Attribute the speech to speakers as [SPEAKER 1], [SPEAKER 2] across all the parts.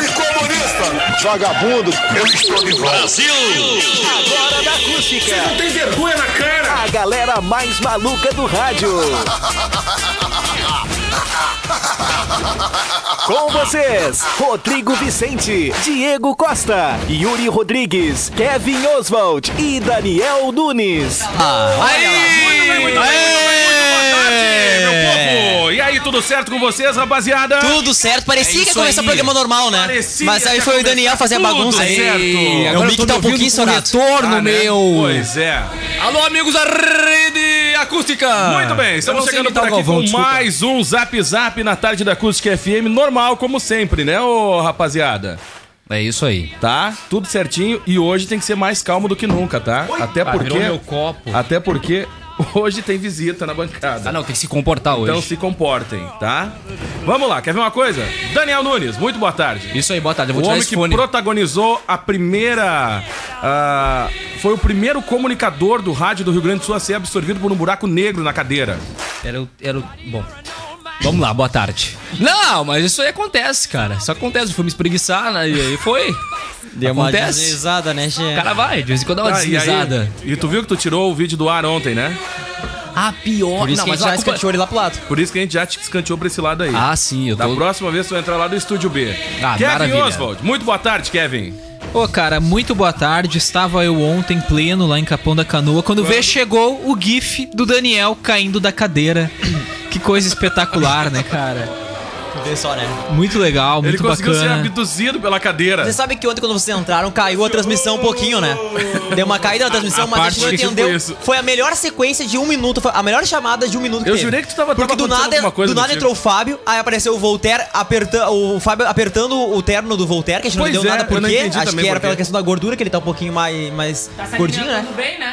[SPEAKER 1] e comunista.
[SPEAKER 2] Vagabundo, eu estou de volta.
[SPEAKER 3] Agora da acústica.
[SPEAKER 1] Tem vergonha na cara.
[SPEAKER 3] A galera mais maluca do rádio. Com vocês, Rodrigo Vicente, Diego Costa, Yuri Rodrigues, Kevin Oswald e Daniel Nunes.
[SPEAKER 4] Muito bem,
[SPEAKER 5] Aê!
[SPEAKER 4] É, meu povo! E aí, tudo certo com vocês, rapaziada?
[SPEAKER 5] Tudo certo,
[SPEAKER 6] É
[SPEAKER 5] parecia que ia começar o programa normal, né?
[SPEAKER 4] Parecia
[SPEAKER 5] Mas aí
[SPEAKER 4] que
[SPEAKER 5] foi o
[SPEAKER 4] ia
[SPEAKER 5] Daniel
[SPEAKER 4] começar
[SPEAKER 5] fazer a
[SPEAKER 4] tudo
[SPEAKER 5] bagunça.
[SPEAKER 4] certo.
[SPEAKER 7] Ei,
[SPEAKER 5] o
[SPEAKER 7] agora
[SPEAKER 5] mic
[SPEAKER 7] eu tô
[SPEAKER 5] tá um
[SPEAKER 7] me ouvindo
[SPEAKER 5] pouquinho
[SPEAKER 7] com
[SPEAKER 5] estourado.
[SPEAKER 7] retorno,
[SPEAKER 4] Ah, né?
[SPEAKER 7] meu.
[SPEAKER 4] Pois é.
[SPEAKER 7] Alô, amigos da rede acústica.
[SPEAKER 4] Muito bem,
[SPEAKER 7] Ah. Eu não
[SPEAKER 4] estamos
[SPEAKER 7] sei
[SPEAKER 4] chegando
[SPEAKER 7] imitar
[SPEAKER 6] tá
[SPEAKER 4] por
[SPEAKER 7] o
[SPEAKER 4] aqui
[SPEAKER 7] Galvão,
[SPEAKER 4] com
[SPEAKER 7] desculpa.
[SPEAKER 4] mais um Zap Zap na tarde da Acústica FM, normal como sempre, né, ô rapaziada?
[SPEAKER 7] É isso
[SPEAKER 6] Então
[SPEAKER 7] aí.
[SPEAKER 4] Tá? Tudo certinho e hoje tem que ser mais calmo do que nunca, tá? Até porque
[SPEAKER 7] Virou meu copo.
[SPEAKER 4] Até porque hoje tem visita na bancada.
[SPEAKER 7] Ah, não, tem que se comportar hoje.
[SPEAKER 4] Então se comportem, tá? Vamos lá, quer ver uma coisa? Daniel Nunes, muito boa tarde.
[SPEAKER 7] Isso aí, boa tarde. Eu
[SPEAKER 4] O
[SPEAKER 7] vou tirar
[SPEAKER 4] homem
[SPEAKER 7] esse
[SPEAKER 4] que
[SPEAKER 7] fone.
[SPEAKER 4] protagonizou a primeira. ah, foi o primeiro comunicador do rádio do Rio Grande do Sul a ser absorvido por um buraco negro na cadeira.
[SPEAKER 7] Era o, era o... Bom, vamos lá, boa tarde. Não, mas isso aí acontece, cara. Isso acontece. Eu fui me espreguiçar, né? E aí foi.
[SPEAKER 5] Deu uma
[SPEAKER 7] acontece.
[SPEAKER 5] deslizada, né,
[SPEAKER 7] O
[SPEAKER 5] Gê?
[SPEAKER 7] cara vai, de vez em quando dá uma
[SPEAKER 4] Ah, e,
[SPEAKER 7] deslizada.
[SPEAKER 4] aí- e tu viu que tu tirou o vídeo do ar ontem, né?
[SPEAKER 7] Ah, pior.
[SPEAKER 5] Por isso
[SPEAKER 7] não,
[SPEAKER 5] que a
[SPEAKER 7] mas
[SPEAKER 5] gente já
[SPEAKER 7] a culpa...
[SPEAKER 5] escanteou ele lá pro lado.
[SPEAKER 4] Por isso que a gente já te escanteou pra esse lado aí.
[SPEAKER 7] Ah, sim, eu
[SPEAKER 4] Da
[SPEAKER 7] tô...
[SPEAKER 4] próxima vez tu vai entrar lá do estúdio B.
[SPEAKER 7] Ah,
[SPEAKER 4] Kevin
[SPEAKER 7] maravilha.
[SPEAKER 4] Oswald, muito boa tarde, Kevin.
[SPEAKER 6] Ô, cara, muito boa tarde. Estava eu ontem pleno lá em Capão da Canoa quando, vê chegou o gif do Daniel caindo da cadeira. que coisa espetacular, né, cara?
[SPEAKER 5] Vê só, né?
[SPEAKER 6] Muito legal,
[SPEAKER 4] Ele
[SPEAKER 6] muito
[SPEAKER 4] conseguiu ser
[SPEAKER 6] bacana.
[SPEAKER 4] abduzido pela cadeira.
[SPEAKER 5] Vocês sabem que ontem, quando vocês entraram, caiu a transmissão um pouquinho, né? Deu uma caída na transmissão,
[SPEAKER 4] A
[SPEAKER 5] mas a
[SPEAKER 4] parte
[SPEAKER 5] gente não
[SPEAKER 4] que foi
[SPEAKER 5] entendeu.
[SPEAKER 4] isso.
[SPEAKER 5] Foi a melhor sequência de um minuto, foi a melhor chamada de um minuto que
[SPEAKER 4] Eu
[SPEAKER 5] teve.
[SPEAKER 4] jurei que tu tava- tava
[SPEAKER 5] Porque do
[SPEAKER 4] acontecendo
[SPEAKER 5] nada,
[SPEAKER 4] alguma coisa
[SPEAKER 5] do nada
[SPEAKER 4] do tipo.
[SPEAKER 5] entrou o Fábio, aí apareceu o Voltaire, aperta, o Fábio apertando o terno do Voltaire, que a gente
[SPEAKER 4] Pois
[SPEAKER 5] não entendeu
[SPEAKER 4] é,
[SPEAKER 5] nada
[SPEAKER 4] eu
[SPEAKER 5] por
[SPEAKER 4] não
[SPEAKER 5] quê.
[SPEAKER 4] entendi
[SPEAKER 5] Acho
[SPEAKER 4] também
[SPEAKER 5] que era
[SPEAKER 4] por quê.
[SPEAKER 5] pela questão da gordura, que ele tá um pouquinho mais, mais gordinho, né?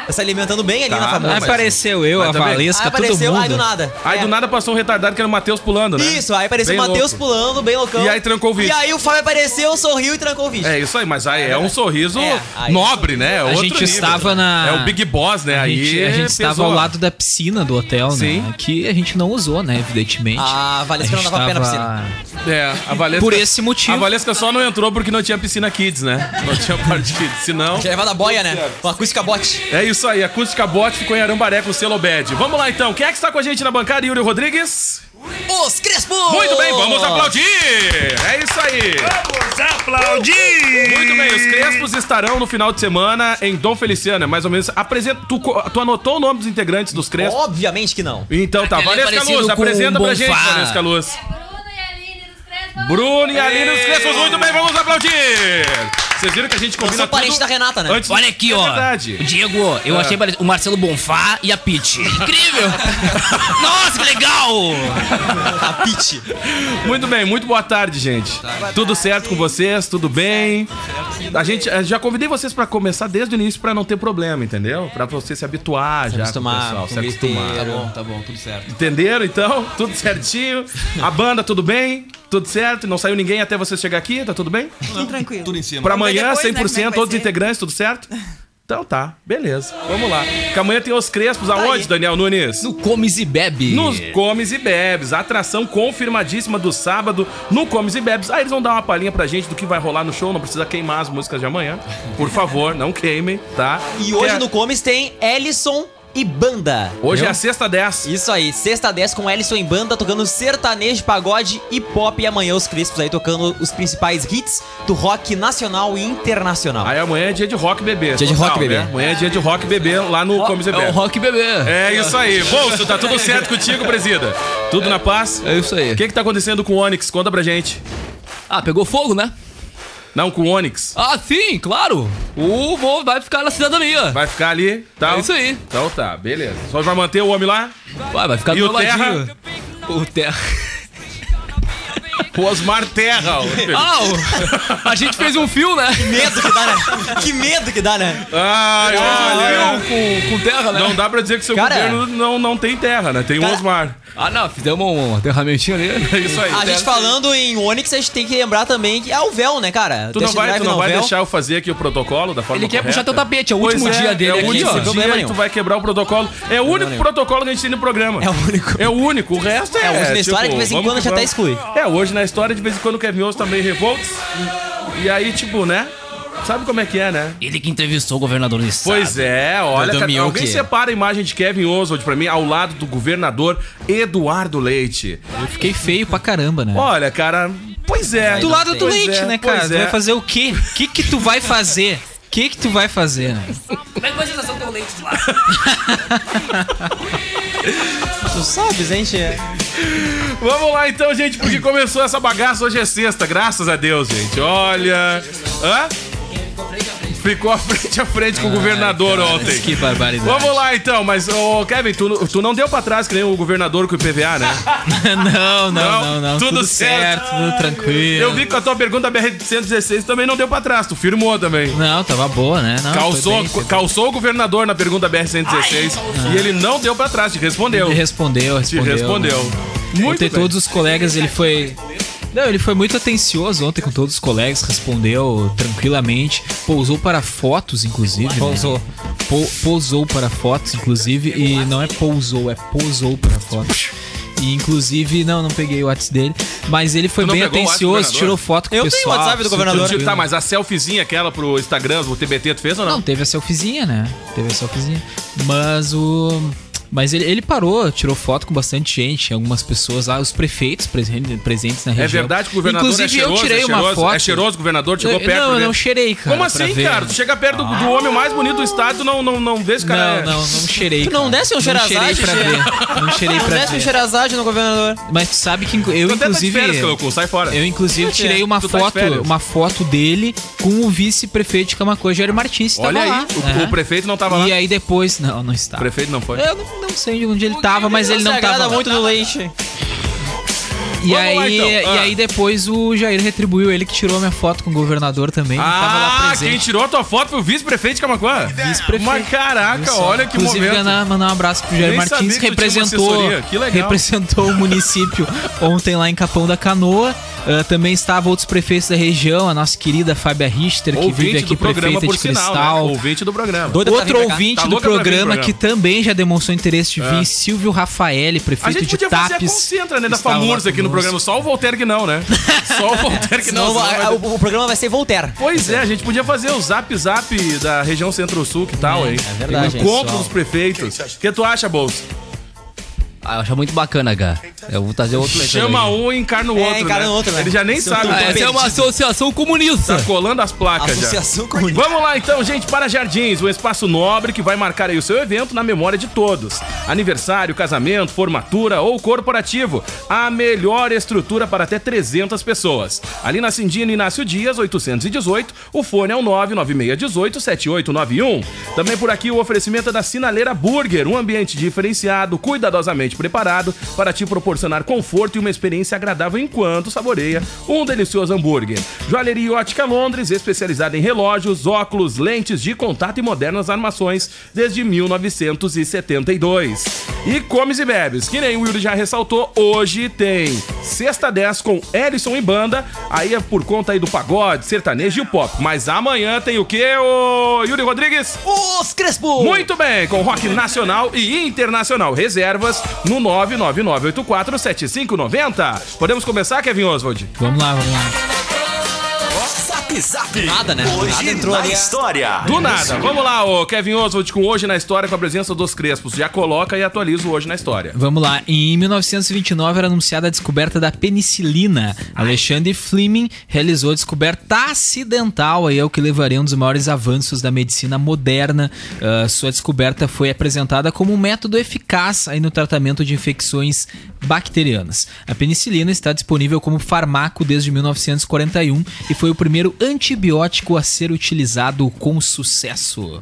[SPEAKER 5] Tá se alimentando bem ali na
[SPEAKER 6] Aí
[SPEAKER 5] famosa.
[SPEAKER 6] apareceu eu,
[SPEAKER 4] Mas
[SPEAKER 6] a
[SPEAKER 4] também-
[SPEAKER 6] Valesca,
[SPEAKER 5] Aí apareceu,
[SPEAKER 6] todo mundo.
[SPEAKER 5] aí do nada.
[SPEAKER 4] tá Aí
[SPEAKER 5] É.
[SPEAKER 4] do nada passou um retardado que era o Matheus pulando, né?
[SPEAKER 5] Isso, aí apareceu
[SPEAKER 4] Bem
[SPEAKER 5] o Matheus
[SPEAKER 4] louco.
[SPEAKER 5] pulando, bem loucão.
[SPEAKER 4] E aí trancou o vídeo.
[SPEAKER 5] E aí o Fábio apareceu, sorriu e trancou o vídeo.
[SPEAKER 4] É isso aí, mas aí é, um sorriso
[SPEAKER 5] É, aí
[SPEAKER 4] nobre, né? É
[SPEAKER 6] A gente estava na-
[SPEAKER 4] É o Big Boss, né?
[SPEAKER 6] A
[SPEAKER 4] aí
[SPEAKER 6] gente, a
[SPEAKER 7] é,
[SPEAKER 6] gente estava
[SPEAKER 4] pesou.
[SPEAKER 6] ao lado da piscina do hotel,
[SPEAKER 4] Sim.
[SPEAKER 6] né? Que a gente não usou, né, evidentemente.
[SPEAKER 5] Ah, Valesca não
[SPEAKER 6] gente
[SPEAKER 5] dava pé na
[SPEAKER 6] tava-
[SPEAKER 4] É, a Valesca...
[SPEAKER 6] Por esse
[SPEAKER 4] A
[SPEAKER 6] motivo.
[SPEAKER 4] Valesca só não entrou porque não tinha piscina kids, né? Não tinha parte kids, senão...
[SPEAKER 5] Tinha levado a boia, né? Com acústica bot.
[SPEAKER 4] É isso aí, Acústica Bot ficou em Arambaré com o selo Bad. Vamos lá então, quem é que está com a gente na bancada? Yuri Rodrigues?
[SPEAKER 5] Os Crespo!
[SPEAKER 4] Muito bem, vamos aplaudir! É isso aí!
[SPEAKER 1] Aplaudir.
[SPEAKER 4] Muito bem, os Crespos estarão no final de semana em Dom Feliciano, é mais ou menos. Apresenta, tu, co- tu anotou o nome dos integrantes dos Crespos?
[SPEAKER 5] Obviamente que não.
[SPEAKER 4] Então tá,
[SPEAKER 7] Oh! Aquele
[SPEAKER 4] Valesca
[SPEAKER 7] parecido
[SPEAKER 4] Luz,
[SPEAKER 7] com
[SPEAKER 4] apresenta
[SPEAKER 7] um
[SPEAKER 4] pra gente,
[SPEAKER 7] Bonfá.
[SPEAKER 4] Valesca Luz.
[SPEAKER 8] Bruno e Aline dos Crespo.
[SPEAKER 4] Bruno e Aline dos Crespos, muito bem, vamos aplaudir! Vocês viram que a gente combina
[SPEAKER 5] sou parente
[SPEAKER 4] tudo
[SPEAKER 5] da Renata, né?
[SPEAKER 4] antes do-
[SPEAKER 7] Olha aqui,
[SPEAKER 4] É
[SPEAKER 7] ó.
[SPEAKER 4] verdade.
[SPEAKER 7] O Diego, eu
[SPEAKER 6] Ah.
[SPEAKER 7] achei pare- o Marcelo Bonfá e a Pete. Incrível! Nossa, que legal!
[SPEAKER 5] A Tá, Pete.
[SPEAKER 4] Tá, Muito bem, muito boa tarde, gente. Tudo certo com vocês? Tudo bem? A gente eh, já convidei vocês pra começar desde o início pra não ter problema, entendeu? Pra você se habituar já com o pessoal, se acostumar.
[SPEAKER 5] Tá bom, tá bom, tudo certo.
[SPEAKER 4] Entenderam então? Tudo certinho? A banda tudo bem? Tudo certo? Não saiu ninguém até você chegar aqui? Tá tudo bem?
[SPEAKER 9] Tranquilo. Tudo em cima.
[SPEAKER 4] Pra amanhã, 100%,
[SPEAKER 9] todos
[SPEAKER 4] todos os integrantes, tudo certo? Então tá, beleza. Vamos lá. Que amanhã tem os Crespos aonde,
[SPEAKER 9] aí.
[SPEAKER 4] Daniel Nunes?
[SPEAKER 7] No Comes e Bebe.
[SPEAKER 4] Nos Comes e Bebes, a atração confirmadíssima do sábado no Comes e Bebes. Aí eles vão dar uma palhinha pra gente do que vai rolar no show, não precisa queimar as músicas de amanhã. Por favor, não queimem, tá?
[SPEAKER 5] E hoje
[SPEAKER 4] É,
[SPEAKER 5] no Comes tem Ellison e Banda.
[SPEAKER 4] Hoje é a sexta 10.
[SPEAKER 5] Isso aí, sexta 10 com Ellison e Banda tocando sertanejo, pagode e pop. E amanhã os Crespos aí tocando os principais hits do rock nacional e internacional.
[SPEAKER 4] Aí amanhã é dia de rock bebê.
[SPEAKER 5] Dia de rock bebê.
[SPEAKER 4] Amanhã é dia de rock bebê lá no Comes e
[SPEAKER 7] É o
[SPEAKER 4] Bebes.
[SPEAKER 7] Rock Bebê.
[SPEAKER 4] É isso aí. Bolso, tá tudo certo contigo, presida? Tudo na paz?
[SPEAKER 7] É isso aí.
[SPEAKER 4] O que que tá acontecendo com o Onyx? Conta pra gente.
[SPEAKER 7] Ah, pegou fogo, né?
[SPEAKER 4] Não, com o Onyx.
[SPEAKER 7] Ah, sim, claro. O voo vai ficar na cidadania.
[SPEAKER 4] Vai ficar ali, tá?
[SPEAKER 7] É isso aí.
[SPEAKER 4] Então tá, beleza. Só vai manter o homem lá?
[SPEAKER 7] Vai, vai ficar
[SPEAKER 4] E
[SPEAKER 7] do
[SPEAKER 4] o
[SPEAKER 7] meu ladinho. O Terra.
[SPEAKER 4] O Osmar Terra. ô, Felipe.
[SPEAKER 7] Ah! Au! A gente fez um fio, né?
[SPEAKER 5] Que medo que dá, né? Que medo que dá, né?
[SPEAKER 4] Ai,
[SPEAKER 7] Ah,
[SPEAKER 4] Osmar.
[SPEAKER 7] fio com, com terra, né?
[SPEAKER 4] Não dá pra dizer que seu
[SPEAKER 5] Cara-
[SPEAKER 4] governo não, não tem terra, né? Tem o
[SPEAKER 5] Cara-
[SPEAKER 4] Osmar.
[SPEAKER 7] Ah, não, fizemos um aterramentinho ali.
[SPEAKER 4] É isso aí.
[SPEAKER 5] A
[SPEAKER 4] Terra.
[SPEAKER 5] gente falando em Onix, a gente tem que lembrar também que é o véu, né, cara?
[SPEAKER 4] Tu não
[SPEAKER 5] Test
[SPEAKER 4] vai,
[SPEAKER 5] drive
[SPEAKER 4] tu não
[SPEAKER 5] no
[SPEAKER 4] vai
[SPEAKER 5] véu.
[SPEAKER 4] deixar eu fazer aqui o protocolo da forma
[SPEAKER 7] Ele quer
[SPEAKER 4] correta?
[SPEAKER 7] puxar teu tapete, é o
[SPEAKER 4] Pois
[SPEAKER 7] último dia dele
[SPEAKER 4] é
[SPEAKER 7] aqui.
[SPEAKER 4] o último
[SPEAKER 5] sem problema
[SPEAKER 4] dia e tu
[SPEAKER 5] nenhum.
[SPEAKER 4] vai quebrar o protocolo. É o único
[SPEAKER 5] nenhum.
[SPEAKER 4] protocolo que a gente tem no programa.
[SPEAKER 5] É o único.
[SPEAKER 4] É o único, o resto é.
[SPEAKER 5] É, hoje na história, de vez em
[SPEAKER 4] vamos
[SPEAKER 5] quando,
[SPEAKER 4] que
[SPEAKER 5] a gente até
[SPEAKER 4] vamos.
[SPEAKER 5] exclui.
[SPEAKER 4] É, hoje na história, de vez em quando o Kevin Osso também revoltos. E aí, tipo, né? Sabe como é que é, né?
[SPEAKER 7] Ele que entrevistou o governador do estado.
[SPEAKER 4] Pois é, olha,
[SPEAKER 5] Do
[SPEAKER 4] cara,
[SPEAKER 5] Milk.
[SPEAKER 4] alguém separa a imagem de Kevin Oswald pra mim ao lado do governador Eduardo Leite.
[SPEAKER 6] Eu fiquei feio pra caramba, né?
[SPEAKER 4] Olha, cara, pois é.
[SPEAKER 6] do lado do
[SPEAKER 4] Pois
[SPEAKER 6] leite,
[SPEAKER 4] é,
[SPEAKER 6] né, cara?
[SPEAKER 4] pois
[SPEAKER 6] Tu
[SPEAKER 4] é.
[SPEAKER 6] vai fazer o quê? O que que tu vai fazer? O que que tu vai fazer, né?
[SPEAKER 5] Tu sabes, hein, Che?
[SPEAKER 4] Vamos lá então, gente, porque começou essa bagaça. Hoje é sexta, graças a Deus, gente. Olha. Hã? Ficou à frente a frente com o governador ontem.
[SPEAKER 6] Que barbaridade.
[SPEAKER 4] Vamos lá então, mas ô, Kevin, tu, tu não deu pra trás que nem o governador com o IPVA, né?
[SPEAKER 6] não, não,
[SPEAKER 4] Não,
[SPEAKER 6] não, não, não.
[SPEAKER 4] tudo
[SPEAKER 6] tudo tranquilo.
[SPEAKER 4] Eu vi que a tua pergunta BR-116 também não deu pra trás, tu firmou também.
[SPEAKER 6] Não, tava boa, né? Não,
[SPEAKER 4] Calçou,
[SPEAKER 6] Ah, foi bem,
[SPEAKER 4] calçou o governador na pergunta BR-116 e ele não deu pra trás, te respondeu.
[SPEAKER 6] Ele respondeu,
[SPEAKER 4] Te
[SPEAKER 6] respondeu.
[SPEAKER 4] respondeu. Muito
[SPEAKER 6] Ontem
[SPEAKER 4] bem.
[SPEAKER 6] todos os colegas, ele foi. Não, ele foi muito atencioso ontem com todos os colegas, respondeu tranquilamente, pousou para fotos, inclusive. Pousou. pousou para fotos, inclusive, e não é pousou, é pousou para fotos. E inclusive, não, não peguei o WhatsApp dele, mas ele foi
[SPEAKER 4] Tu não
[SPEAKER 6] bem
[SPEAKER 4] pegou o WhatsApp do
[SPEAKER 6] atencioso,
[SPEAKER 4] governador?
[SPEAKER 6] tirou foto com
[SPEAKER 5] Eu
[SPEAKER 6] o
[SPEAKER 5] tenho o
[SPEAKER 6] pessoal. assim,
[SPEAKER 5] WhatsApp do
[SPEAKER 6] super
[SPEAKER 5] governador.
[SPEAKER 4] Tipo,
[SPEAKER 6] tranquilo.
[SPEAKER 4] tá, mas a selfiezinha aquela pro Instagram, o TBT, tu fez ou não?
[SPEAKER 6] Não, teve a selfiezinha, né? Teve a selfiezinha. Mas o. Mas ele, ele parou, tirou foto com bastante gente, algumas pessoas lá, os prefeitos presen- presentes na região.
[SPEAKER 4] É verdade que o governador
[SPEAKER 6] Inclusive,
[SPEAKER 4] é cheiroso,
[SPEAKER 6] eu tirei
[SPEAKER 4] é
[SPEAKER 6] uma
[SPEAKER 4] cheiroso,
[SPEAKER 6] foto.
[SPEAKER 4] É cheiroso, o governador chegou
[SPEAKER 6] Não,
[SPEAKER 4] perto
[SPEAKER 6] não, eu
[SPEAKER 4] dele.
[SPEAKER 6] não cheirei, cara.
[SPEAKER 4] Como
[SPEAKER 6] pra
[SPEAKER 4] assim,
[SPEAKER 6] ver.
[SPEAKER 4] cara? Tu chega perto do, do homem mais bonito do estado, tu não, não, não vê esse cara.
[SPEAKER 6] Não, não, não cheirei.
[SPEAKER 5] Tu
[SPEAKER 6] cara.
[SPEAKER 5] não desce um
[SPEAKER 6] Não cheirei
[SPEAKER 5] xerazade,
[SPEAKER 6] pra
[SPEAKER 5] Gê?
[SPEAKER 6] ver. Não cheirei
[SPEAKER 5] Não
[SPEAKER 6] pra
[SPEAKER 5] desce um
[SPEAKER 6] ver.
[SPEAKER 5] xerazade no governador.
[SPEAKER 6] Mas tu sabe que eu,
[SPEAKER 4] Tu até tá de
[SPEAKER 6] inclusive.
[SPEAKER 4] férias, Calocu, sai fora.
[SPEAKER 6] Eu, inclusive,
[SPEAKER 5] Tu tá de
[SPEAKER 6] tirei uma
[SPEAKER 4] tu tá de
[SPEAKER 6] foto,
[SPEAKER 4] férias.
[SPEAKER 6] uma foto dele com o vice-prefeito de Camacô, Jair Martins. que
[SPEAKER 4] Olha aí,
[SPEAKER 6] tava lá,
[SPEAKER 4] o,
[SPEAKER 6] né?
[SPEAKER 4] o prefeito não tava lá.
[SPEAKER 6] E aí depois. Não, não
[SPEAKER 4] O
[SPEAKER 6] estava.
[SPEAKER 4] prefeito não foi.
[SPEAKER 6] Eu não, não sei de onde ele tava, mas ele não
[SPEAKER 5] se agrada
[SPEAKER 6] tava. lá. É
[SPEAKER 5] muito do leite.
[SPEAKER 6] E
[SPEAKER 4] Vamos
[SPEAKER 6] aí,
[SPEAKER 4] lá, então.
[SPEAKER 6] e
[SPEAKER 4] Ah.
[SPEAKER 6] aí depois o Jair retribuiu ele que tirou a minha foto com o governador também. que tava lá
[SPEAKER 4] Ah, quem
[SPEAKER 6] presente.
[SPEAKER 4] tirou a tua foto foi o vice-prefeito de Camacuã?
[SPEAKER 6] Vice-prefeito.
[SPEAKER 4] Mas caraca,
[SPEAKER 6] Só.
[SPEAKER 4] olha que
[SPEAKER 6] Inclusive,
[SPEAKER 4] momento.
[SPEAKER 6] Inclusive, mandar um abraço pro Jair
[SPEAKER 4] Nem sabia
[SPEAKER 6] Martins, que
[SPEAKER 4] que tu tinha uma
[SPEAKER 6] representou,
[SPEAKER 4] assessoria. Que legal.
[SPEAKER 6] representou o município ontem lá em Capão da Canoa. Ah, também estavam outros prefeitos da região, a nossa querida Fábia Richter, que vive aqui, prefeita de Cristal.
[SPEAKER 4] né? Ouvinte do programa.
[SPEAKER 5] Doida pra vir
[SPEAKER 6] Outro
[SPEAKER 5] pra cá.
[SPEAKER 6] ouvinte
[SPEAKER 4] Tá
[SPEAKER 6] do
[SPEAKER 4] louca pra vir pro
[SPEAKER 6] programa que também já demonstrou interesse de vir,
[SPEAKER 4] É.
[SPEAKER 6] Silvio Rafael,
[SPEAKER 4] A
[SPEAKER 6] prefeito
[SPEAKER 4] gente
[SPEAKER 6] de
[SPEAKER 4] podia fazer a
[SPEAKER 6] Tapes.
[SPEAKER 4] concentra, né, da
[SPEAKER 6] estava lá
[SPEAKER 4] Famurs aqui no
[SPEAKER 6] conosco.
[SPEAKER 4] programa. Só o Voltaire que não, né? Só o Voltaire que não.
[SPEAKER 5] Senão,
[SPEAKER 4] senão vai
[SPEAKER 5] a-
[SPEAKER 4] dar-
[SPEAKER 5] a- o, o programa vai ser Voltaire.
[SPEAKER 4] Pois é, a gente podia fazer o zap zap da região centro-sul que tal, hein? É
[SPEAKER 5] Hum, verdade,
[SPEAKER 4] Encontro
[SPEAKER 5] pessoal.
[SPEAKER 4] dos prefeitos. O que tu acha, Bolsa?
[SPEAKER 7] Ah, eu acho muito bacana, cara. Eu vou trazer outro leite.
[SPEAKER 4] Chama um e encarna o
[SPEAKER 5] É,
[SPEAKER 4] outro.
[SPEAKER 5] encarna
[SPEAKER 4] né?
[SPEAKER 5] o outro, né?
[SPEAKER 4] Ele já nem
[SPEAKER 5] Se
[SPEAKER 4] sabe.
[SPEAKER 7] Ah,
[SPEAKER 5] eu tô
[SPEAKER 4] tá-
[SPEAKER 5] bem-
[SPEAKER 7] é associação comunista.
[SPEAKER 4] Tá colando as placas já.
[SPEAKER 5] Associação comunista.
[SPEAKER 4] Vamos lá então, gente, para Jardins, um espaço nobre que vai marcar aí o seu evento na memória de todos. Aniversário, casamento, formatura ou corporativo. A melhor estrutura para até 300 pessoas. Ali na Cindina Inácio Dias, 818, o fone é o 996187891. Também por aqui o oferecimento é da Sinaleira Burger, um ambiente diferenciado, cuidadosamente preparado para te proporcionar conforto e uma experiência agradável enquanto saboreia um delicioso hambúrguer. Joalheria e Ótica Londres, especializada em relógios, óculos, lentes de contato e modernas armações desde 1972. E comes e bebes, que nem o Yuri já ressaltou, hoje tem Sexta 10 com Ellison e Banda, aí é por conta aí do pagode, sertanejo e o pop. Mas amanhã tem o que, ô Yuri Rodrigues?
[SPEAKER 5] Os Crespo!
[SPEAKER 4] Muito bem, com rock nacional e internacional. Reservas no 999847590. Podemos começar, Kevin Oswald?
[SPEAKER 6] Vamos lá, vamos lá.
[SPEAKER 5] Nada, né? Nada entrou ali.
[SPEAKER 4] Do nada. Vamos lá, ô Kevin Oswald com Hoje na História com a presença dos Crespos. Já coloca e atualiza o Hoje na História.
[SPEAKER 6] Vamos lá. Em 1929 era anunciada a descoberta da penicilina. Alexandre Fleming realizou a descoberta acidental, aí é o que levaria a um dos maiores avanços da medicina moderna. Ah, sua descoberta foi apresentada como um método eficaz aí no tratamento de infecções bacterianas. A penicilina está disponível como farmaco desde 1941 e foi o primeiro antibiótico a ser utilizado com sucesso.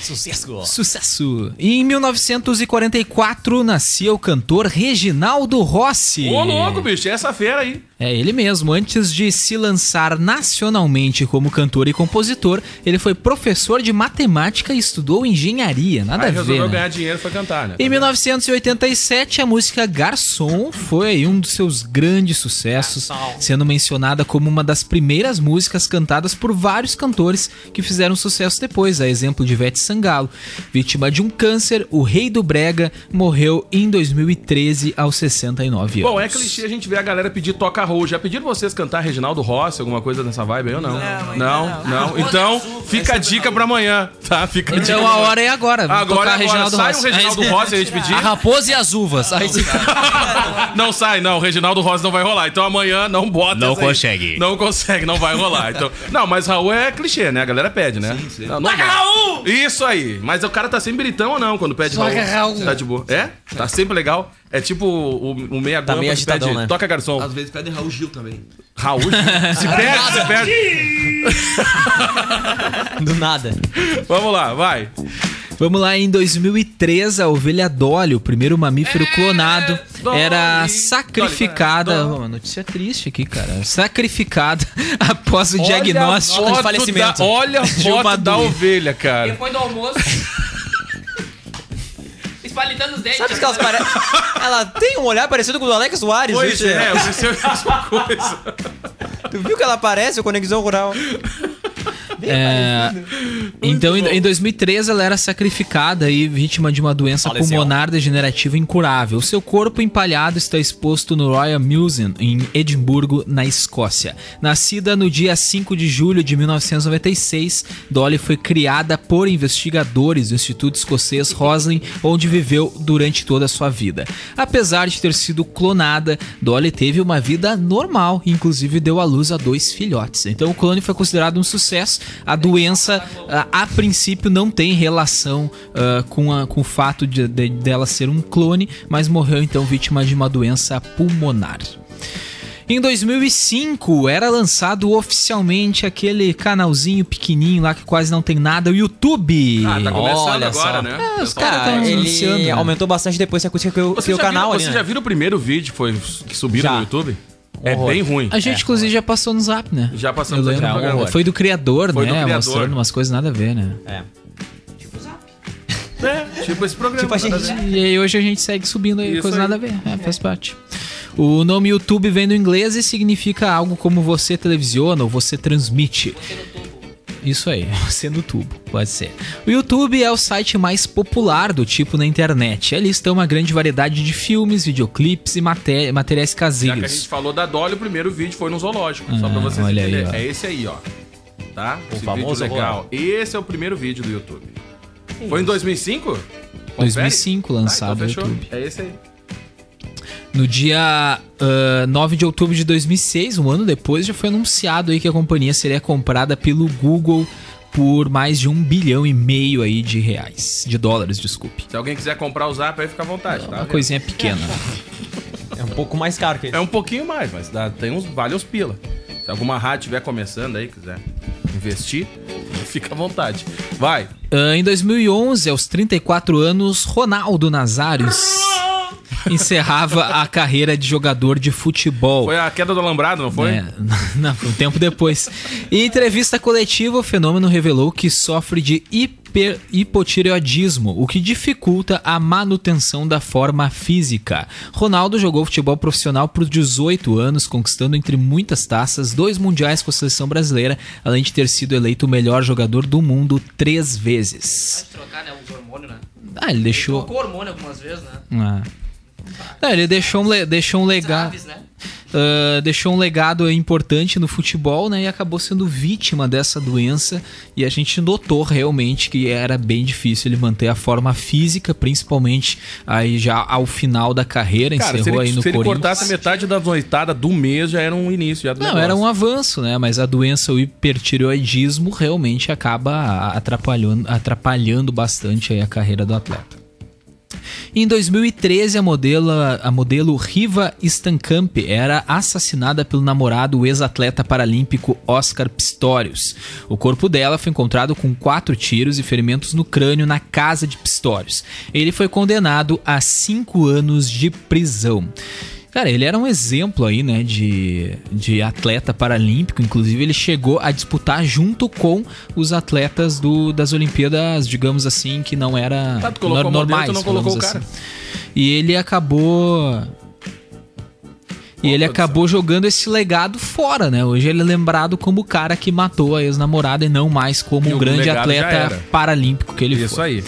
[SPEAKER 5] Sucesso.
[SPEAKER 6] Sucesso! E em 1944 nascia o cantor Reginaldo Rossi.
[SPEAKER 4] Ô, louco, bicho, é essa feira aí.
[SPEAKER 6] É ele mesmo. Antes de se lançar nacionalmente como cantor e compositor, ele foi professor de matemática e estudou engenharia. Nada
[SPEAKER 4] Aí
[SPEAKER 6] a
[SPEAKER 4] resolveu
[SPEAKER 6] ver. né?
[SPEAKER 4] ganhar dinheiro e foi cantar, né?
[SPEAKER 6] Em 1987, a música Garçom foi aí um dos seus grandes sucessos, sendo mencionada como uma das primeiras músicas cantadas por vários cantores que fizeram sucesso depois, a exemplo de Ivete Sangalo. Vítima de um câncer, o rei do brega morreu em 2013 aos 69 anos.
[SPEAKER 4] Bom, é clichê a gente ver a galera pedir toca roll. Já pediram vocês cantar Reginaldo Rossi, alguma coisa nessa vibe aí ou não? Não, não. Então, fica a dica pra amanhã, tá? Fica a dica.
[SPEAKER 6] Então a hora é agora. Vamos
[SPEAKER 4] Agora,
[SPEAKER 6] tocar
[SPEAKER 4] agora
[SPEAKER 6] Reginaldo
[SPEAKER 4] sai
[SPEAKER 6] Rossi.
[SPEAKER 4] o Reginaldo Rossi a gente pedir.
[SPEAKER 7] A raposa e as uvas. Aí se-
[SPEAKER 4] Não sai, não. O Reginaldo Rossi não vai rolar. Então amanhã não bota.
[SPEAKER 7] Não
[SPEAKER 4] essa aí.
[SPEAKER 7] consegue.
[SPEAKER 4] Não consegue, não vai rolar. Então, não, mas Raul é clichê, né? A galera pede, né? Sim, sim. Não, não vai. Isso aí. Mas o cara tá sempre gritão ou não quando pede Raul? Tá de boa. É? Tá sempre legal. É tipo o, o meia
[SPEAKER 5] Tá
[SPEAKER 4] gama que
[SPEAKER 5] meio agitadão,
[SPEAKER 4] pede,
[SPEAKER 5] né?
[SPEAKER 4] toca garçom.
[SPEAKER 9] Às vezes pedem Raul Gil também.
[SPEAKER 4] Raul, se perde, se perde.
[SPEAKER 5] Do nada.
[SPEAKER 4] Vamos lá, vai.
[SPEAKER 6] Vamos lá, em 2003, a ovelha Dolly, o primeiro mamífero clonado,
[SPEAKER 4] É, Dolly,
[SPEAKER 6] era
[SPEAKER 4] Dolly, né?
[SPEAKER 6] sacrificada.
[SPEAKER 4] Dolly.
[SPEAKER 6] Uma notícia triste aqui, cara. Sacrificada após o
[SPEAKER 4] Olha a
[SPEAKER 6] diagnóstico
[SPEAKER 4] foto
[SPEAKER 6] de falecimento.
[SPEAKER 4] Da, olha a
[SPEAKER 6] De uma
[SPEAKER 4] foto da
[SPEAKER 6] doença.
[SPEAKER 4] ovelha, cara.
[SPEAKER 9] do almoço. Espalitando os dentes.
[SPEAKER 5] Sabe que elas parecem. Ela tem um olhar parecido com o do Alex Soares.
[SPEAKER 4] Pois
[SPEAKER 5] viu,
[SPEAKER 4] é,
[SPEAKER 5] tia?
[SPEAKER 4] eu pensei a mesma coisa.
[SPEAKER 5] Tu viu que ela parece o Conexão Rural?
[SPEAKER 6] É, então, em, em 2003, ela era sacrificada e vítima de uma doença
[SPEAKER 5] Faleceu.
[SPEAKER 6] pulmonar degenerativa incurável. Seu corpo empalhado está exposto no Royal Museum, em Edimburgo, na Escócia. Nascida no dia 5 de julho de 1996, Dolly foi criada por investigadores do Instituto Escocês Roslin, onde viveu durante toda a sua vida. Apesar de ter sido clonada, Dolly teve uma vida normal, inclusive deu à luz a dois filhotes. Então o clone foi considerado um sucesso. A doença, ah, a princípio, não tem relação ah, com, a- com o fato de- de- dela ser um clone, mas morreu então vítima de uma doença pulmonar. Em 2005 era lançado oficialmente aquele canalzinho pequenininho lá que quase não tem nada, o YouTube.
[SPEAKER 4] Ah, tá começando
[SPEAKER 5] Olha
[SPEAKER 4] agora,
[SPEAKER 5] só.
[SPEAKER 4] né?
[SPEAKER 6] Ah, os caras
[SPEAKER 5] Cara,
[SPEAKER 6] estão
[SPEAKER 5] ele
[SPEAKER 6] anunciando. né?
[SPEAKER 5] aumentou bastante depois que a acústica que o, que
[SPEAKER 4] Vocês
[SPEAKER 5] o
[SPEAKER 4] já
[SPEAKER 5] canal
[SPEAKER 4] viram-
[SPEAKER 5] ali,
[SPEAKER 4] Vocês
[SPEAKER 5] né?
[SPEAKER 4] já viram o primeiro vídeo que foi, que subiram
[SPEAKER 5] Já.
[SPEAKER 4] no YouTube? É
[SPEAKER 5] Horror.
[SPEAKER 4] bem ruim.
[SPEAKER 6] A gente, inclusive, já passou no zap, né?
[SPEAKER 4] Já passamos
[SPEAKER 6] Eu
[SPEAKER 4] aqui no
[SPEAKER 6] lembro.
[SPEAKER 4] programa.
[SPEAKER 6] Foi do criador,
[SPEAKER 4] Foi
[SPEAKER 6] né?
[SPEAKER 4] do criador.
[SPEAKER 6] Mostrando umas coisas nada a ver, né?
[SPEAKER 4] É, tipo esse programa.
[SPEAKER 5] Tipo, a
[SPEAKER 4] nada a
[SPEAKER 5] gente-
[SPEAKER 4] ver.
[SPEAKER 6] E aí hoje a gente segue subindo aí,
[SPEAKER 4] Isso
[SPEAKER 6] coisa
[SPEAKER 4] aí.
[SPEAKER 6] nada a ver. É, faz parte. O nome YouTube vem do inglês e significa algo como você televisiona ou você transmite. Isso aí, você no tubo, pode ser. O YouTube é o site mais popular do tipo na internet. Ali estão uma grande variedade de filmes, videoclipes e maté- materiais
[SPEAKER 4] Já que a
[SPEAKER 6] caseiros.
[SPEAKER 4] gente falou da Dolly, o primeiro vídeo foi no zoológico. só pra
[SPEAKER 6] Ah,
[SPEAKER 4] vocês
[SPEAKER 6] olha aí,
[SPEAKER 4] entenderem.
[SPEAKER 6] ó.
[SPEAKER 4] é esse aí, ó. Tá? O esse
[SPEAKER 9] famoso
[SPEAKER 4] vídeo legal. Esse é o primeiro vídeo do YouTube. Foi em 2005? Confere.
[SPEAKER 6] 2005 lançado
[SPEAKER 4] então
[SPEAKER 6] o
[SPEAKER 4] fechou.
[SPEAKER 6] YouTube.
[SPEAKER 4] É esse aí.
[SPEAKER 6] No dia ah, 9 de outubro de 2006, um ano depois, já foi anunciado aí que a companhia seria comprada pelo Google por mais de um bilhão e meio aí de reais, de dólares, desculpe.
[SPEAKER 4] Se alguém quiser comprar o Zap, aí fica à vontade, tá?
[SPEAKER 6] Uma coisinha pequena.
[SPEAKER 5] É um pouco mais caro que ele.
[SPEAKER 4] É um pouquinho mais, mas dá, tem uns, vale os pila. Se alguma rádio estiver começando aí, quiser investir, fica à vontade. Vai.
[SPEAKER 6] Ah, em 2011, aos 34 anos, Ronaldo Nazário encerrava a carreira de jogador de futebol.
[SPEAKER 4] Foi a queda do alambrado, não foi?
[SPEAKER 6] É, não, foi um tempo depois. Em entrevista coletiva, o fenômeno revelou que sofre de hiper- hipotireoidismo, o que dificulta a manutenção da forma física. Ronaldo jogou futebol profissional por 18 anos, conquistando entre muitas taças dois mundiais com a seleção brasileira, além de ter sido eleito o melhor jogador do mundo três vezes.
[SPEAKER 9] Trocar, né? Os hormônios, né?
[SPEAKER 6] Ah, ele deixou.
[SPEAKER 9] Trocou hormônio algumas vezes, né?
[SPEAKER 6] Ah. Não, ele deixou um, le- deixou um legado.
[SPEAKER 9] Aves, né?
[SPEAKER 6] Ah, deixou um legado importante no futebol, né? E acabou sendo vítima dessa doença. E a gente notou realmente que era bem difícil ele manter a forma física, principalmente aí já ao final da carreira,
[SPEAKER 4] Cara, se
[SPEAKER 6] encerrou
[SPEAKER 4] ele,
[SPEAKER 6] aí no
[SPEAKER 4] se ele
[SPEAKER 6] Corinthians.
[SPEAKER 4] cortasse metade da noitada do mês, já era um início. Já do
[SPEAKER 6] Não,
[SPEAKER 4] negócio.
[SPEAKER 6] era um avanço, né? Mas a doença, o hipertireoidismo, realmente acaba atrapalhando, atrapalhando bastante aí a carreira do atleta. Em 2013, a modelo, a modelo Riva Stankamp era assassinada pelo namorado o ex-atleta paralímpico Oscar Pistorius. O corpo dela foi encontrado com quatro tiros e ferimentos no crânio na casa de Pistorius. Ele foi condenado a cinco anos de prisão. Cara, ele era um exemplo aí, né, de, de atleta paralímpico. Inclusive, ele chegou a disputar junto com os atletas do, das Olimpíadas, digamos assim, que não era
[SPEAKER 4] Tá, tu colocou
[SPEAKER 6] nor-
[SPEAKER 4] a mão dentro,
[SPEAKER 6] normais.
[SPEAKER 4] não colocou
[SPEAKER 6] digamos assim.
[SPEAKER 4] o cara.
[SPEAKER 6] E ele acabou. E ele acabou jogando esse legado fora, né? Hoje ele é lembrado como o cara que matou a ex-namorada e não mais como
[SPEAKER 4] E
[SPEAKER 6] um
[SPEAKER 4] o
[SPEAKER 6] grande
[SPEAKER 4] legado já
[SPEAKER 6] atleta
[SPEAKER 4] era.
[SPEAKER 6] paralímpico que ele foi.
[SPEAKER 4] Isso aí.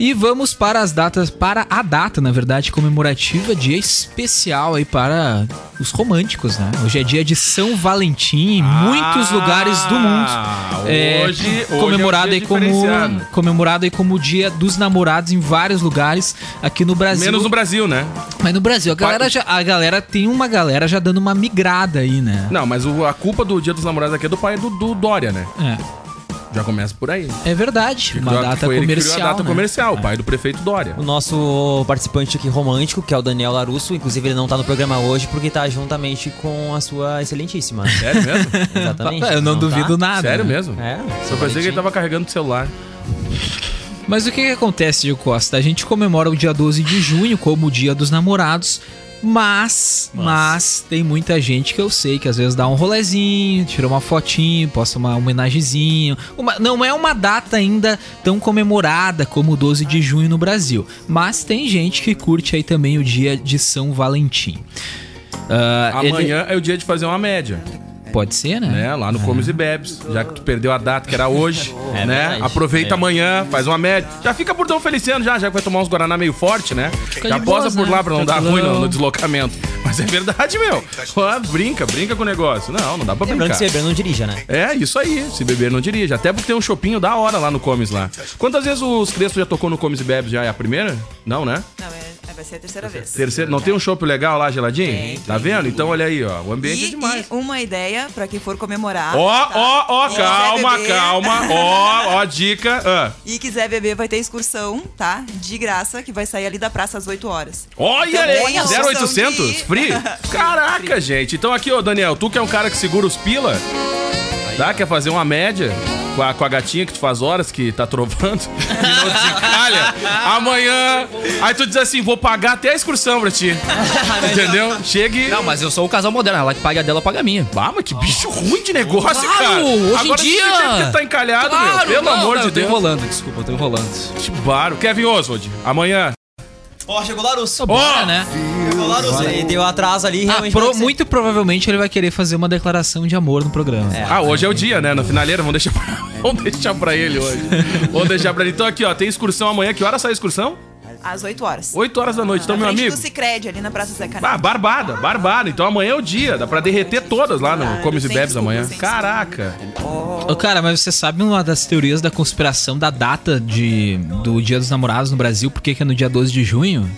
[SPEAKER 6] E vamos para as datas, para a data, na verdade, comemorativa, dia especial aí para os românticos, né? Hoje é dia de São Valentim em muitos
[SPEAKER 4] Ah,
[SPEAKER 6] lugares do mundo. É,
[SPEAKER 4] hoje- hoje é um
[SPEAKER 6] comemorado
[SPEAKER 4] dia
[SPEAKER 6] aí como
[SPEAKER 4] diferenciado.
[SPEAKER 6] comemorado aí como dia dos namorados em vários lugares aqui no Brasil.
[SPEAKER 4] Menos no Brasil, né?
[SPEAKER 6] Mas no Brasil, a galera
[SPEAKER 4] Pa-
[SPEAKER 6] já a galera tem uma galera já dando uma migrada aí, né?
[SPEAKER 4] Não, mas o- a culpa do Dia dos Namorados aqui é do pai do, do Dória, né?
[SPEAKER 6] É,
[SPEAKER 4] Já começa por aí.
[SPEAKER 6] é verdade, uma
[SPEAKER 4] Claro que
[SPEAKER 6] data
[SPEAKER 4] foi ele que criou
[SPEAKER 6] comercial.
[SPEAKER 4] A data
[SPEAKER 6] né?
[SPEAKER 4] comercial, o pai do prefeito Dória.
[SPEAKER 5] O nosso participante aqui romântico, que é o Daniel Larusso, inclusive ele não tá no programa hoje porque tá juntamente com a sua excelentíssima.
[SPEAKER 4] Sério mesmo?
[SPEAKER 5] Exatamente.
[SPEAKER 6] É, Eu não, duvido
[SPEAKER 5] tá?
[SPEAKER 6] nada.
[SPEAKER 4] Sério
[SPEAKER 6] né?
[SPEAKER 4] mesmo?
[SPEAKER 5] É.
[SPEAKER 4] Só pensei que ele tava carregando o celular.
[SPEAKER 6] Mas o que, que acontece, Diego Costa? A gente comemora o dia 12 de junho como o dia dos namorados, mas, mas, tem muita gente que eu sei que às vezes dá um rolezinho, tira uma fotinho, posta uma homenagezinho. Uma- não é uma data ainda tão comemorada como o 12 de junho no Brasil, mas tem gente que curte aí também o dia de São Valentim. Ah, ele-
[SPEAKER 4] Amanhã é o dia de fazer uma média,
[SPEAKER 6] Pode ser, né?
[SPEAKER 4] né? Lá no Comes e Bebes. Já que tu perdeu a data, que era hoje,
[SPEAKER 5] É
[SPEAKER 4] né?
[SPEAKER 5] verdade.
[SPEAKER 4] Aproveita
[SPEAKER 5] É.
[SPEAKER 4] amanhã, faz uma média. Já fica por Dom Feliciano já, já que vai tomar uns Guaraná meio forte, né? já
[SPEAKER 6] de
[SPEAKER 4] posa
[SPEAKER 6] boas,
[SPEAKER 4] por
[SPEAKER 6] né?
[SPEAKER 4] lá pra não dar
[SPEAKER 6] Tranquilão.
[SPEAKER 4] ruim no, no deslocamento. Mas é verdade, meu. Ó, brinca, brinca com o negócio. Não, não dá
[SPEAKER 6] É
[SPEAKER 4] pra
[SPEAKER 5] Lembrando
[SPEAKER 4] brincar.
[SPEAKER 5] que você beber não dirija, né?
[SPEAKER 4] É, isso aí. Se beber, não dirige. Até porque tem um chopinho da hora lá no Comes lá. Quantas vezes os Crespo já tocou no Comes e Bebes já? É a primeira? Não, né?
[SPEAKER 10] Não, é, é- vai ser a terceira vez.
[SPEAKER 4] Terceiro, não tem um chopp legal lá, geladinho? tá vendo? Então olha aí, ó. O ambiente é
[SPEAKER 10] E,
[SPEAKER 4] demais.
[SPEAKER 10] e um Ah, uma ideia pra quem for comemorar. tá?
[SPEAKER 4] Ó, ó, ó,
[SPEAKER 10] Quiser
[SPEAKER 4] calma,
[SPEAKER 10] beber.
[SPEAKER 4] calma. Ó, ó, dica. Ah,
[SPEAKER 10] E quiser beber, vai ter excursão, tá? De graça, que vai sair ali da praça às 8 horas.
[SPEAKER 4] Olha aí,
[SPEAKER 10] Também é um a opção
[SPEAKER 4] 0800,
[SPEAKER 10] de-
[SPEAKER 4] free? Caraca, gente. Então aqui, ô, Daniel, tu que é um cara que segura os pila, tá? Quer fazer uma média com a, com a gatinha que tu faz horas que tá trovando e não desencalha? Amanhã. Aí tu diz assim: vou pagar até a excursão pra ti. Entendeu? Chegue.
[SPEAKER 7] Não, mas eu sou o casal moderno. Ela que paga a dela, paga a minha.
[SPEAKER 4] Ah, mas que bicho ruim de negócio,
[SPEAKER 7] Claro,
[SPEAKER 4] cara.
[SPEAKER 7] hoje em
[SPEAKER 4] Agora você
[SPEAKER 7] dia.
[SPEAKER 4] tem que tá encalhado, meu. Pelo
[SPEAKER 7] não,
[SPEAKER 4] amor
[SPEAKER 7] não,
[SPEAKER 4] de
[SPEAKER 7] eu tô
[SPEAKER 4] Deus.
[SPEAKER 7] enrolando, desculpa, eu tô enrolando.
[SPEAKER 4] Que baro. Kevin Oswald, amanhã.
[SPEAKER 5] Ó, chegou o Larusso.
[SPEAKER 4] Ó,
[SPEAKER 6] né?
[SPEAKER 5] Chegou o Larusso. Ele deu atraso ali,
[SPEAKER 6] Ah,
[SPEAKER 5] realmente.
[SPEAKER 6] pro-
[SPEAKER 5] não sei.
[SPEAKER 6] muito provavelmente ele vai querer fazer uma declaração de amor no programa.
[SPEAKER 4] Ah, hoje é o dia, né? Na finaleira, vamos deixar pra, vamos deixar pra ele hoje. vamos deixar pra ele. Então aqui, ó, tem excursão amanhã. Que hora sai a excursão?
[SPEAKER 10] Às 8 horas.
[SPEAKER 4] 8 horas da noite. Então, meu
[SPEAKER 10] Frente
[SPEAKER 4] amigo...
[SPEAKER 10] do Cicred, ali na Praça Zé Canal.
[SPEAKER 4] Ah, barbada, barbada. Então amanhã é o dia. Dá pra derreter todas lá
[SPEAKER 7] Ah,
[SPEAKER 4] no Comes e
[SPEAKER 10] sem
[SPEAKER 4] Bebes
[SPEAKER 10] desculpa,
[SPEAKER 4] amanhã.
[SPEAKER 10] sem
[SPEAKER 4] Caraca.
[SPEAKER 6] Ô, cara, mas você sabe uma das teorias da conspiração da data de, do Dia dos Namorados no Brasil? Por que que é no dia 12 de junho?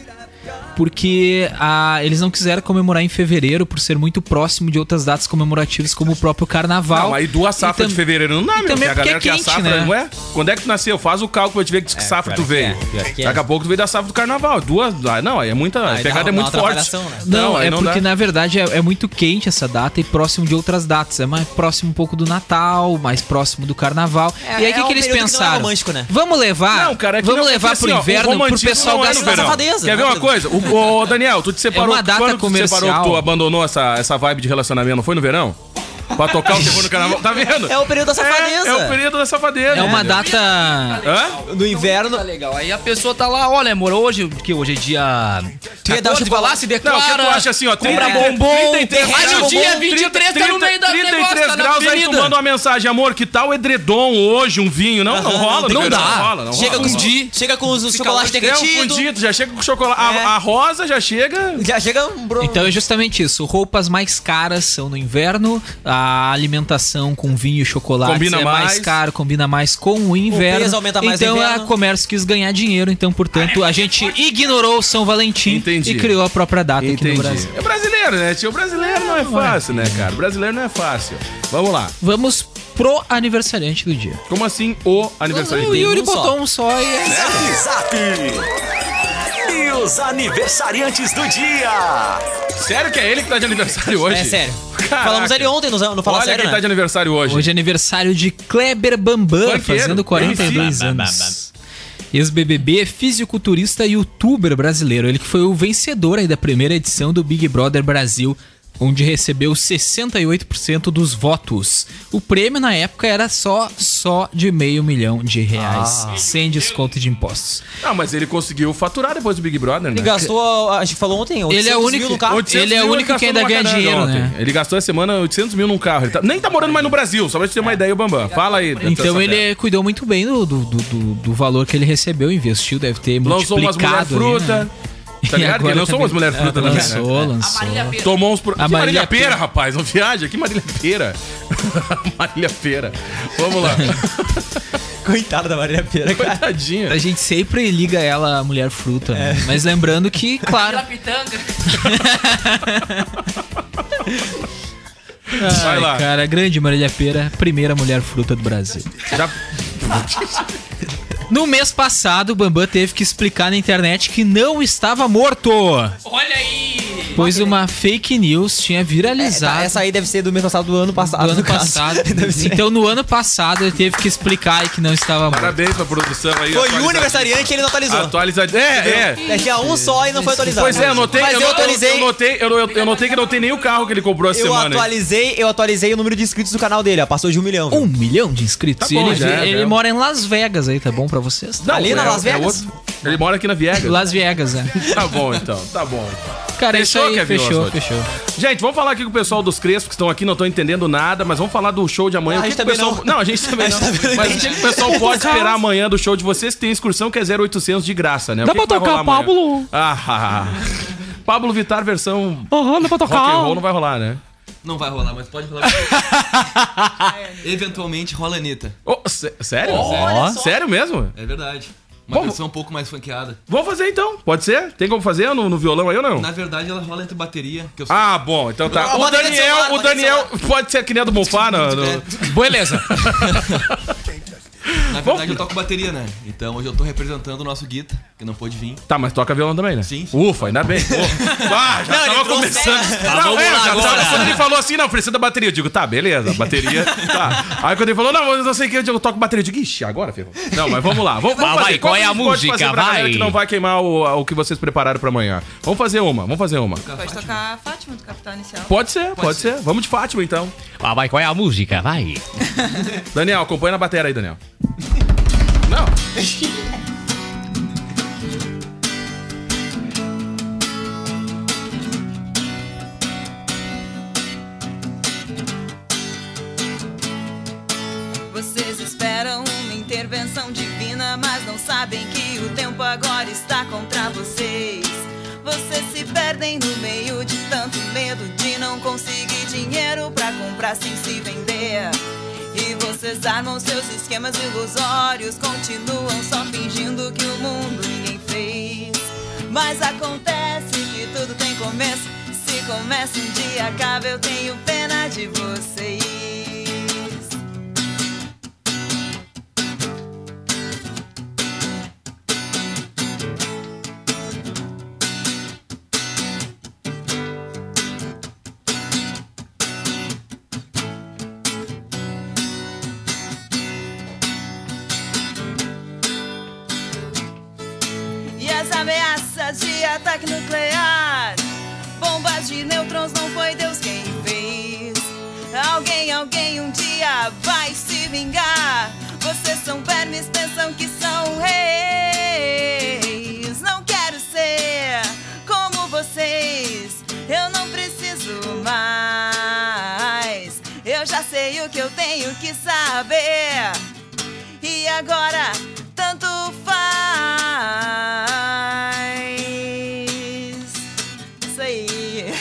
[SPEAKER 6] Porque ah, eles não quiseram comemorar em fevereiro por ser muito próximo de outras datas comemorativas, como o próprio Carnaval.
[SPEAKER 4] Não, aí duas safras
[SPEAKER 6] E
[SPEAKER 4] de
[SPEAKER 6] tam-
[SPEAKER 4] fevereiro não dá,
[SPEAKER 6] e
[SPEAKER 4] meu.
[SPEAKER 6] também
[SPEAKER 4] Porque a
[SPEAKER 6] porque é
[SPEAKER 4] galera que é a
[SPEAKER 6] quente,
[SPEAKER 4] safra,
[SPEAKER 6] né?
[SPEAKER 4] não é? Quando é que tu nasceu? Faz o cálculo pra te ver que, que safra tu
[SPEAKER 5] pior que
[SPEAKER 4] veio.
[SPEAKER 5] é, pior que é.
[SPEAKER 4] Daqui a pouco tu veio da safra do carnaval. Duas. ah, Não, aí é muita. a
[SPEAKER 5] dá-
[SPEAKER 4] pegada
[SPEAKER 5] dá
[SPEAKER 4] é muito
[SPEAKER 5] uma
[SPEAKER 4] forte.
[SPEAKER 5] atrapalhação, né?
[SPEAKER 6] Não, é
[SPEAKER 4] dá.
[SPEAKER 6] porque na verdade é, é muito quente essa data e próximo de outras datas. É mais próximo um pouco do Natal, mais próximo do Carnaval.
[SPEAKER 5] É,
[SPEAKER 6] e aí o
[SPEAKER 5] é
[SPEAKER 6] que, que
[SPEAKER 5] um
[SPEAKER 6] eles
[SPEAKER 5] período que não é
[SPEAKER 6] pensaram?
[SPEAKER 5] romântico, né?
[SPEAKER 6] Vamos levar,
[SPEAKER 4] Não, cara, é que
[SPEAKER 6] vamos
[SPEAKER 4] não-
[SPEAKER 6] levar
[SPEAKER 4] porque,
[SPEAKER 6] pro
[SPEAKER 4] assim, ó, o
[SPEAKER 6] inverno pro
[SPEAKER 4] romantismo
[SPEAKER 6] pessoal
[SPEAKER 4] não é no
[SPEAKER 6] gastar
[SPEAKER 4] verão.
[SPEAKER 5] safadeza,
[SPEAKER 4] Quer ver
[SPEAKER 5] né,
[SPEAKER 4] uma
[SPEAKER 5] Pedro?
[SPEAKER 4] coisa? O, ô, Daniel, tu te separou.
[SPEAKER 6] É uma data
[SPEAKER 4] quando
[SPEAKER 6] comercial.
[SPEAKER 4] Tu te separou que tu abandonou essa, essa vibe de relacionamento, não foi no verão? Pra tocar o terror no carnaval. Tá vendo?
[SPEAKER 5] É o período da safadeza.
[SPEAKER 4] É, é o período da safadeza.
[SPEAKER 6] É uma
[SPEAKER 4] entendeu?
[SPEAKER 6] data.
[SPEAKER 4] Hã?
[SPEAKER 5] No inverno.
[SPEAKER 7] é Legal, aí a pessoa tá lá, olha, amor, hoje, que hoje é dia.
[SPEAKER 5] Tu ia dar o
[SPEAKER 7] 14, vai lá,
[SPEAKER 5] chocolate?
[SPEAKER 7] se
[SPEAKER 4] Não,
[SPEAKER 7] declara.
[SPEAKER 4] o que tu acha assim, ó?
[SPEAKER 7] compra
[SPEAKER 4] 33,
[SPEAKER 7] bombom,
[SPEAKER 4] 33
[SPEAKER 7] aí
[SPEAKER 6] um
[SPEAKER 7] no
[SPEAKER 4] graus,
[SPEAKER 7] dia 23 tá no meio da
[SPEAKER 4] 33
[SPEAKER 7] negócio, tá na
[SPEAKER 4] graus, aí tu
[SPEAKER 7] avenida.
[SPEAKER 4] manda uma mensagem, amor, que tal edredom hoje, um vinho? Não, não rola,
[SPEAKER 7] Não
[SPEAKER 4] no verão,
[SPEAKER 7] dá.
[SPEAKER 4] Não rola, não
[SPEAKER 5] Chega com,
[SPEAKER 4] rola.
[SPEAKER 7] Fundi.
[SPEAKER 5] chega com os chocolates
[SPEAKER 4] É um
[SPEAKER 5] derretidos.
[SPEAKER 4] fundido, já chega com chocolate. a-
[SPEAKER 5] É.
[SPEAKER 4] a rosa já chega.
[SPEAKER 5] Já chega um bro.
[SPEAKER 6] Então é justamente isso. Roupas mais caras são no inverno, a alimentação com vinho e chocolate
[SPEAKER 4] Combina
[SPEAKER 6] é
[SPEAKER 4] mais.
[SPEAKER 6] caro, combina mais com o inverno.
[SPEAKER 5] peso aumenta mais no
[SPEAKER 6] então
[SPEAKER 5] inverno.
[SPEAKER 6] a comércio quis ganhar dinheiro, então portanto a gente ignorou o São Valentim
[SPEAKER 4] Entendi.
[SPEAKER 6] e criou a própria data aqui
[SPEAKER 4] Entendi.
[SPEAKER 6] no Brasil.
[SPEAKER 4] É brasileiro, né? Tio, brasileiro não é fácil, né, cara? Brasileiro não é fácil. Vamos lá.
[SPEAKER 6] Vamos pro aniversariante do dia.
[SPEAKER 4] Como assim o aniversário
[SPEAKER 6] o
[SPEAKER 4] dele?
[SPEAKER 6] Yuri
[SPEAKER 5] um só.
[SPEAKER 6] botou um só e é isso.
[SPEAKER 3] Zap!
[SPEAKER 1] Né?
[SPEAKER 3] E os aniversariantes do dia!
[SPEAKER 4] Sério que é ele que tá de aniversário hoje?
[SPEAKER 5] É sério.
[SPEAKER 4] Caraca.
[SPEAKER 5] Falamos ele ontem, não, não fala
[SPEAKER 4] Olha
[SPEAKER 5] sério,
[SPEAKER 4] quem
[SPEAKER 5] né?
[SPEAKER 4] tá de
[SPEAKER 6] é
[SPEAKER 4] aniversário hoje.
[SPEAKER 6] Hoje é aniversário de Kleber Bambam,
[SPEAKER 4] Funkeiro,
[SPEAKER 6] fazendo 42
[SPEAKER 4] MC.
[SPEAKER 6] anos. Ex-BBB, é fisiculturista e youtuber brasileiro. Ele que foi o vencedor aí da primeira edição do Big Brother Brasil, onde recebeu 68% dos votos. O prêmio na época era só, só de meio milhão de reais,
[SPEAKER 4] Ah.
[SPEAKER 6] sem desconto de impostos.
[SPEAKER 4] Não, mas ele conseguiu faturar depois do Big Brother, né?
[SPEAKER 6] Ele gastou,
[SPEAKER 5] acho que falou ontem,
[SPEAKER 6] Ele é o 800 único- mil no carro.
[SPEAKER 4] 800
[SPEAKER 6] ele é o
[SPEAKER 4] mil
[SPEAKER 6] único que
[SPEAKER 4] gastou
[SPEAKER 6] ainda
[SPEAKER 4] numa
[SPEAKER 6] ganha
[SPEAKER 4] caranga
[SPEAKER 6] dinheiro,
[SPEAKER 4] ontem.
[SPEAKER 6] né?
[SPEAKER 4] Ele gastou essa semana 800 mil num carro. Ele tá- nem tá morando mais no Brasil, só pra gente ter uma ideia, o Bambam. Fala aí. dessa-
[SPEAKER 6] É. Então
[SPEAKER 4] dessa
[SPEAKER 6] ele cuidou muito bem do, do, do- do- do valor que ele recebeu, investiu, deve ter
[SPEAKER 4] Lançou umas mulher
[SPEAKER 6] multiplicado.
[SPEAKER 4] fruta. Tá ligado? Que ele lançou umas mulher fruta
[SPEAKER 6] né?
[SPEAKER 4] também,
[SPEAKER 6] Lançou,
[SPEAKER 4] né?
[SPEAKER 6] lançou.
[SPEAKER 4] Tomou uns. Pro...
[SPEAKER 6] A
[SPEAKER 4] Que
[SPEAKER 6] Marília
[SPEAKER 4] Marília Pera,
[SPEAKER 6] Pera.
[SPEAKER 4] rapaz, não viaja. Que Marília Pera. Marília Pera. Vamos lá.
[SPEAKER 5] Coitada da Marília Pera,
[SPEAKER 4] cara. Coitadinha.
[SPEAKER 6] A gente sempre liga ela a mulher fruta, né?
[SPEAKER 5] É.
[SPEAKER 6] Mas lembrando que, claro.
[SPEAKER 9] Aquela pitanga.
[SPEAKER 4] Vai
[SPEAKER 6] Ai,
[SPEAKER 4] lá.
[SPEAKER 6] Cara, grande Marília Pera, primeira mulher fruta do Brasil.
[SPEAKER 4] Já-
[SPEAKER 6] No mês passado, o Bambam teve que explicar na internet que não estava morto.
[SPEAKER 9] Olha aí!
[SPEAKER 6] Pois uma fake news tinha viralizado.
[SPEAKER 5] Tá, Essa aí deve ser do mês passado, do ano passado.
[SPEAKER 6] do ano
[SPEAKER 5] tá, é, no caso.
[SPEAKER 6] passado.
[SPEAKER 5] Deve ser.
[SPEAKER 6] então, no ano passado, ele teve que explicar aí que não estava morto.
[SPEAKER 4] Parabéns pra produção aí.
[SPEAKER 5] Foi
[SPEAKER 4] atualizado.
[SPEAKER 5] o aniversariante ele não atualizou.
[SPEAKER 4] Atualizado. É, é.
[SPEAKER 5] É que é um só e não foi atualizado.
[SPEAKER 4] Pois é, eu notei,
[SPEAKER 5] Mas
[SPEAKER 4] eu,
[SPEAKER 5] eu,
[SPEAKER 4] no- eu-
[SPEAKER 5] atualizei.
[SPEAKER 4] eu notei, eu, eu- eu notei que não tem nenhum carro que ele comprou essa
[SPEAKER 5] Eu
[SPEAKER 4] semana. hein?
[SPEAKER 5] atualizei, eu atualizei o número de inscritos do canal dele, ó. Passou de um milhão.
[SPEAKER 6] Um milhão de inscritos.
[SPEAKER 5] Tá
[SPEAKER 6] E
[SPEAKER 5] bom,
[SPEAKER 6] ele
[SPEAKER 5] já, já.
[SPEAKER 6] ele mora em Las Vegas aí, tá bom pra vocês?
[SPEAKER 5] Não, Ali na é- Las é Vegas?
[SPEAKER 4] outro- Ele mora aqui na Viegas.
[SPEAKER 6] Las Vegas, é.
[SPEAKER 4] Tá bom, então. Tá bom.
[SPEAKER 6] Cara, é isso aí,
[SPEAKER 4] Kevin
[SPEAKER 6] fechou,
[SPEAKER 4] Oswald?
[SPEAKER 6] fechou.
[SPEAKER 4] Gente, vamos falar aqui com o pessoal dos Crespos que estão aqui, não estão entendendo nada, mas vamos falar do show de amanhã. o
[SPEAKER 5] Ah, a
[SPEAKER 4] que
[SPEAKER 5] gente
[SPEAKER 4] que o
[SPEAKER 5] também
[SPEAKER 4] pessoal...
[SPEAKER 5] não.
[SPEAKER 4] a gente também
[SPEAKER 5] A
[SPEAKER 4] não.
[SPEAKER 5] gente também não
[SPEAKER 4] mas o que
[SPEAKER 5] entende.
[SPEAKER 4] que o pessoal pode esperar amanhã do show de vocês? que Tem excursão que é 0800 de graça, né?
[SPEAKER 11] Dá
[SPEAKER 4] o que
[SPEAKER 11] pra
[SPEAKER 4] que vai
[SPEAKER 11] tocar
[SPEAKER 4] rolar amanhã?
[SPEAKER 11] Pablo?
[SPEAKER 4] Ah, ah, ah. Pablo Vittar versão
[SPEAKER 11] Aham, dá pra
[SPEAKER 4] rock
[SPEAKER 11] tocar.
[SPEAKER 4] and roll não vai rolar, né?
[SPEAKER 12] Não vai rolar, mas pode rolar. É. Eventualmente rola Anitta.
[SPEAKER 4] Ô, sé- sério?
[SPEAKER 12] Olha só.
[SPEAKER 4] Sério mesmo?
[SPEAKER 12] É verdade. Uma
[SPEAKER 4] Bom,
[SPEAKER 12] versão um pouco mais funkeada.
[SPEAKER 4] Vamos fazer então. Pode ser? Tem como fazer no, no violão aí ou não?
[SPEAKER 12] Na verdade, ela rola entre bateria. Que eu sou-
[SPEAKER 4] Ah, bom, então tá.
[SPEAKER 12] Ah,
[SPEAKER 4] O
[SPEAKER 12] bateria de celular,
[SPEAKER 4] Daniel, o
[SPEAKER 12] bateria de
[SPEAKER 4] Daniel pode ser que nem a do Mofá,
[SPEAKER 5] É.
[SPEAKER 4] no, no- Beleza.
[SPEAKER 12] Na verdade, eu toco bateria, né? Então hoje eu tô representando o nosso Guita, que não pôde vir.
[SPEAKER 4] Tá, mas toca violão também, né? Sim. Ufa, ainda bem. Pô. Ah, já
[SPEAKER 12] Não, ele
[SPEAKER 4] tava
[SPEAKER 12] trouxe-
[SPEAKER 4] começando.
[SPEAKER 12] Tá,
[SPEAKER 4] não,
[SPEAKER 12] vamos
[SPEAKER 4] é,
[SPEAKER 12] lá
[SPEAKER 4] já
[SPEAKER 12] agora.
[SPEAKER 4] tava- quando ele falou assim, não, precisa da bateria. Eu digo, tá, beleza, bateria, tá. Aí quando ele falou, não, eu não sei o que, eu digo, eu toco bateria. Eu digo, ixi, agora, ferrou. Não, mas vamos lá, vamos, vamos
[SPEAKER 7] Vai,
[SPEAKER 4] fazer.
[SPEAKER 7] vai, qual é a
[SPEAKER 4] que gente pode
[SPEAKER 7] música?
[SPEAKER 4] fazer pra galera
[SPEAKER 7] Vai.
[SPEAKER 4] que não vai queimar o, o que vocês prepararam pra amanhã. Vamos fazer uma, vamos fazer uma.
[SPEAKER 10] Pode tocar a Fátima do Capital Inicial.
[SPEAKER 4] Pode ser, pode, ser. Vamos de Fátima, então. Ah, vai, qual é a música? Vai. Daniel, acompanha na bateria aí, Daniel. Não.
[SPEAKER 10] Vocês esperam uma intervenção divina, mas não sabem que o tempo agora está contra vocês. Vocês se perdem no meio de tanto medo de não conseguir dinheiro pra comprar sem se vender. E vocês armam seus esquemas ilusórios, continuam só fingindo que o mundo ninguém fez. Mas acontece que tudo tem começo. Se começa um dia, acaba, eu tenho pena de vocês. E as ameaças de ataque nuclear Bombas de nêutrons não foi Deus quem fez Alguém, alguém um dia vai se vingar Vocês são vermes, pensam que são reis Não quero ser como vocês Eu não preciso mais Eu já sei o que eu tenho que saber e agora tanto faz. Isso aí.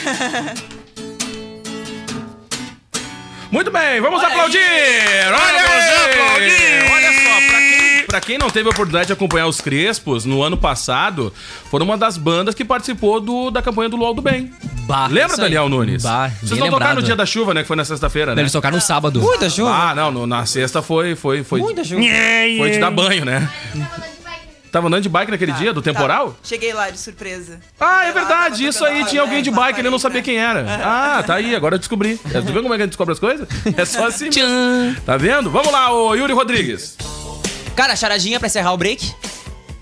[SPEAKER 4] Muito bem, vamos aplaudir! Olha aí! Olha só, pra quem, pra quem não teve a oportunidade de acompanhar os Crespos, no ano passado, foram uma das bandas que participou do, da campanha do Luau do Bem. Lembra,
[SPEAKER 7] Ah, isso aí.
[SPEAKER 4] Daniel Nunes?
[SPEAKER 7] Bah,
[SPEAKER 4] Vocês
[SPEAKER 7] bem
[SPEAKER 4] não tocaram no
[SPEAKER 7] lembrado.
[SPEAKER 4] dia da chuva, né? Que foi na sexta-feira, né?
[SPEAKER 7] Eles tocaram no sábado.
[SPEAKER 4] Muita chuva. Ah, não, no- na sexta foi... foi, foi
[SPEAKER 7] Muita chuva.
[SPEAKER 4] Foi de dar banho, né? Tava andando de bike naquele dia, Tá. do temporal?
[SPEAKER 10] Tá. Cheguei lá de surpresa.
[SPEAKER 4] Ah, é verdade, isso aí,
[SPEAKER 10] né?
[SPEAKER 4] tinha alguém de bike, ele não sabia quem era. Ah, tá aí, agora eu descobri. Tá vendo como é que a gente descobre as coisas? É só assim. mesmo. Tá vendo? Vamos lá, ô Yuri Rodrigues.
[SPEAKER 5] Cara, charadinha pra encerrar o break.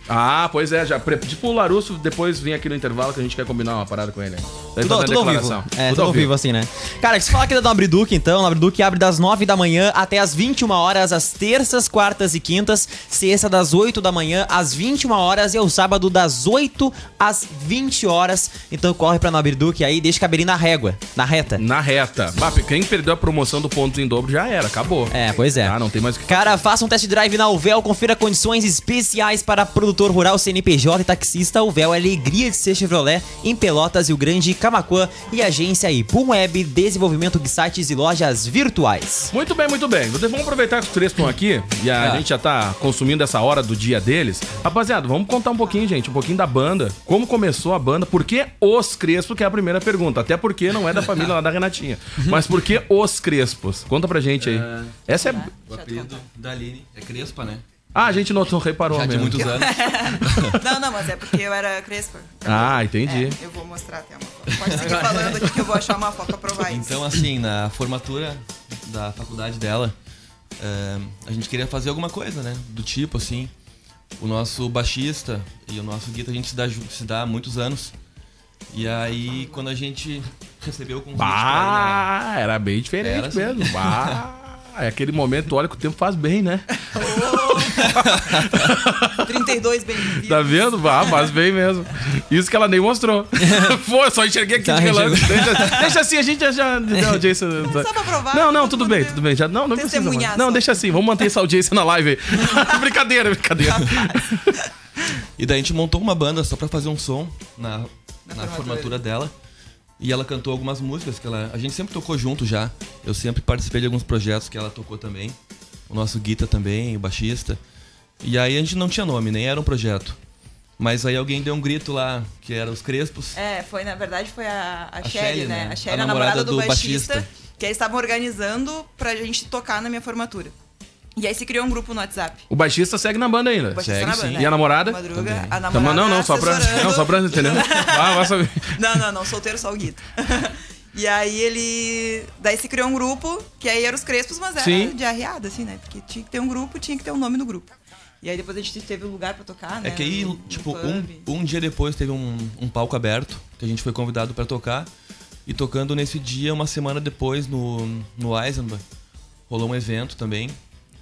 [SPEAKER 4] Ah, pois é, já. pre- Tipo o Larusso, depois vem aqui no intervalo que a gente quer combinar uma parada com ele. Ele
[SPEAKER 13] Tudo,
[SPEAKER 4] fazendo
[SPEAKER 13] tudo ao vivo.
[SPEAKER 4] declaração.
[SPEAKER 13] É, tudo, ao vivo, assim, né? Cara, se falar aqui da Nobre Duque, então, a Nobre Duque abre das 9 da manhã até as 21 horas, às terças, quartas e quintas, sexta das 8 da manhã às 21 horas e ao sábado das 8 às 20 horas. Então corre pra Nobre Duque aí, deixa o cabelinho na régua, na reta.
[SPEAKER 4] Na reta. Bah, quem perdeu a promoção do pontos em dobro já era, acabou.
[SPEAKER 13] É, pois é.
[SPEAKER 4] Ah, não tem mais o que
[SPEAKER 13] Cara, faça um test drive na Uvel, confira condições especiais para produtor rural, CNPJ e taxista. Uvel é a alegria de ser Chevrolet em Pelotas e o Grande Camacuã e agência Ipum Web, desenvolvimento de sites e lojas virtuais.
[SPEAKER 4] Muito bem, muito bem. Vocês vão aproveitar que os três estão aqui e a
[SPEAKER 13] Ah.
[SPEAKER 4] gente já tá consumindo essa hora do dia deles. Rapaziada, vamos contar um pouquinho, gente, um pouquinho da banda. Como começou a banda? Por que os Crespos? Que é a primeira pergunta. Até porque não é da família lá da Renatinha. Mas por que os Crespos? Conta pra gente aí. Essa é.
[SPEAKER 5] O apelido da Aline é Crespa, né?
[SPEAKER 4] Ah, a gente não, não reparou
[SPEAKER 5] Já de
[SPEAKER 4] mesmo.
[SPEAKER 5] muitos anos.
[SPEAKER 10] Não, não, mas é porque eu era crespa.
[SPEAKER 4] Ah, entendi.
[SPEAKER 10] É, eu vou mostrar até uma foto. Pode seguir falando aqui que eu vou achar uma foto pra provar isso.
[SPEAKER 5] Então, assim, na formatura da faculdade dela, eh, a gente queria fazer alguma coisa, né? Do tipo, assim, o nosso baixista e o nosso guita, a gente se dá, ju- se dá há muitos anos. E aí, quando a gente recebeu o convite... pra
[SPEAKER 4] Bah, era bem diferente
[SPEAKER 5] Era, sim.
[SPEAKER 4] mesmo. Bah. É aquele momento, olha que o tempo faz bem, né?
[SPEAKER 10] 32 bem
[SPEAKER 4] Tá vendo? Bah, faz bem mesmo. Isso que ela nem mostrou. Pô, eu só enxerguei aqui
[SPEAKER 14] Tá,
[SPEAKER 4] de relance.
[SPEAKER 14] enxergou.
[SPEAKER 4] Deixa, deixa assim, a gente já- já deu audiência. Só
[SPEAKER 10] pra provar.
[SPEAKER 4] Não, não, tudo bem, tudo bem. Já, não, não precisa mais.
[SPEAKER 14] Testemunhar
[SPEAKER 4] Não,
[SPEAKER 14] só.
[SPEAKER 4] deixa assim, vamos manter essa audiência na live aí. brincadeira, brincadeira.
[SPEAKER 5] E daí a gente montou uma banda só pra fazer um som na, na, formatura, dela. E ela cantou algumas músicas que ela. A gente sempre tocou junto já. Eu sempre participei de alguns projetos que ela tocou também. O nosso Guita também, o baixista. E aí a gente não tinha nome, nem era um projeto. Mas aí alguém deu um grito lá, que era os Crespos.
[SPEAKER 10] É, foi, na verdade, foi a, a,
[SPEAKER 5] A
[SPEAKER 10] Shelly,
[SPEAKER 5] Shelly,
[SPEAKER 10] né?
[SPEAKER 5] né?
[SPEAKER 10] A Shelly,
[SPEAKER 5] A
[SPEAKER 10] a, namorada
[SPEAKER 5] namorada
[SPEAKER 10] do,
[SPEAKER 5] do
[SPEAKER 10] baixista,
[SPEAKER 5] baixista.
[SPEAKER 10] que eles estavam organizando pra gente tocar na minha formatura. E aí se criou um grupo no WhatsApp.
[SPEAKER 4] O baixista segue na banda ainda.
[SPEAKER 10] O baixista na banda,
[SPEAKER 4] E a
[SPEAKER 10] é.
[SPEAKER 4] namorada?
[SPEAKER 10] Madruga, a
[SPEAKER 4] Também.
[SPEAKER 10] namorada
[SPEAKER 4] Tamo- Não, não, só pra,
[SPEAKER 10] assessorando.
[SPEAKER 4] não, só pra entender. Ah, vai saber.
[SPEAKER 10] Não, não, não, solteiro só o Guita. E aí ele. Daí se criou um grupo, que aí era os crespos, mas era
[SPEAKER 5] Sim.
[SPEAKER 10] de arriada, assim, né? Porque tinha que ter um grupo, tinha que ter um nome no grupo. E aí depois a gente teve um lugar pra tocar, né?
[SPEAKER 5] É que aí,
[SPEAKER 10] no- no
[SPEAKER 5] tipo,
[SPEAKER 10] pub.
[SPEAKER 5] um, um dia depois teve um, um palco aberto, que a gente foi convidado pra tocar. E tocando nesse dia, uma semana depois, no, no Eisenbahn, rolou um evento também,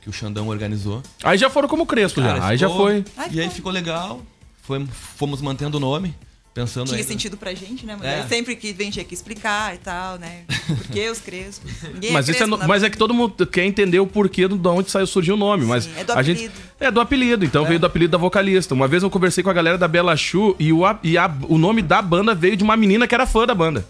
[SPEAKER 5] que o Xandão organizou.
[SPEAKER 4] Aí já foram como Crespo, já.
[SPEAKER 5] Cara,
[SPEAKER 4] Aí já
[SPEAKER 5] ficou-
[SPEAKER 4] foi.
[SPEAKER 5] E aí ficou legal, foi- fomos mantendo o nome, pensando
[SPEAKER 10] Tinha
[SPEAKER 5] ainda-
[SPEAKER 10] sentido pra gente, né? Mas
[SPEAKER 5] É.
[SPEAKER 10] aí sempre que vem tinha que explicar e tal, né? Por que os crespos? Ninguém
[SPEAKER 4] Mas, isso é,
[SPEAKER 10] crespo
[SPEAKER 4] no-
[SPEAKER 10] na
[SPEAKER 4] mas é que todo mundo quer entender o porquê do- de onde saiu, surgiu o nome. mas
[SPEAKER 10] é do
[SPEAKER 4] a gente
[SPEAKER 10] apelido.
[SPEAKER 4] É do apelido, então veio do apelido da vocalista. Uma vez eu conversei com a galera da Bela Chu e, o, a- e a- o nome da banda veio de uma menina que era fã da banda.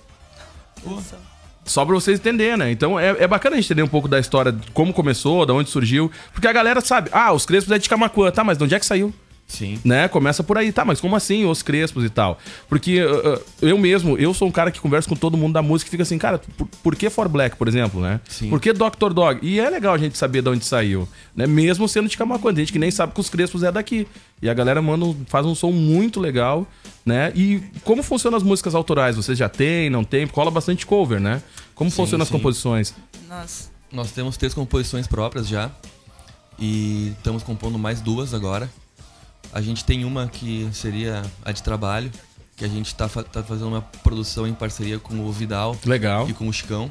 [SPEAKER 4] Só pra vocês entenderem, né? Então é, é bacana a gente entender um pouco da história, de como começou, da onde surgiu. Porque a galera sabe, ah, os Crespos é de Camacuã, tá, mas de onde é que saiu?
[SPEAKER 5] Sim.
[SPEAKER 4] Né? Começa por aí, tá, mas como assim os Crespos e tal? Porque uh, uh, eu mesmo, eu sou um cara que conversa com todo mundo da música e fica assim, cara, por, por que For Black, por exemplo, né? Sim. Por que Dr. Dog? E é legal a gente saber de onde saiu, né? Mesmo sendo de Camacuã, tem gente que nem sabe que os Crespos é daqui. E a galera manda, um- faz um som muito legal, né? E como funcionam as músicas autorais? Vocês já tem, não tem? Cola bastante cover, né? Como
[SPEAKER 5] Sim,
[SPEAKER 4] funcionam as
[SPEAKER 5] sim.
[SPEAKER 4] composições?
[SPEAKER 10] Nossa.
[SPEAKER 5] Nós temos três composições próprias já. E estamos compondo mais duas agora. A gente tem uma que seria a de trabalho, que a gente está fazendo uma produção em parceria com o Vidal
[SPEAKER 4] Legal.
[SPEAKER 5] e com o Chicão.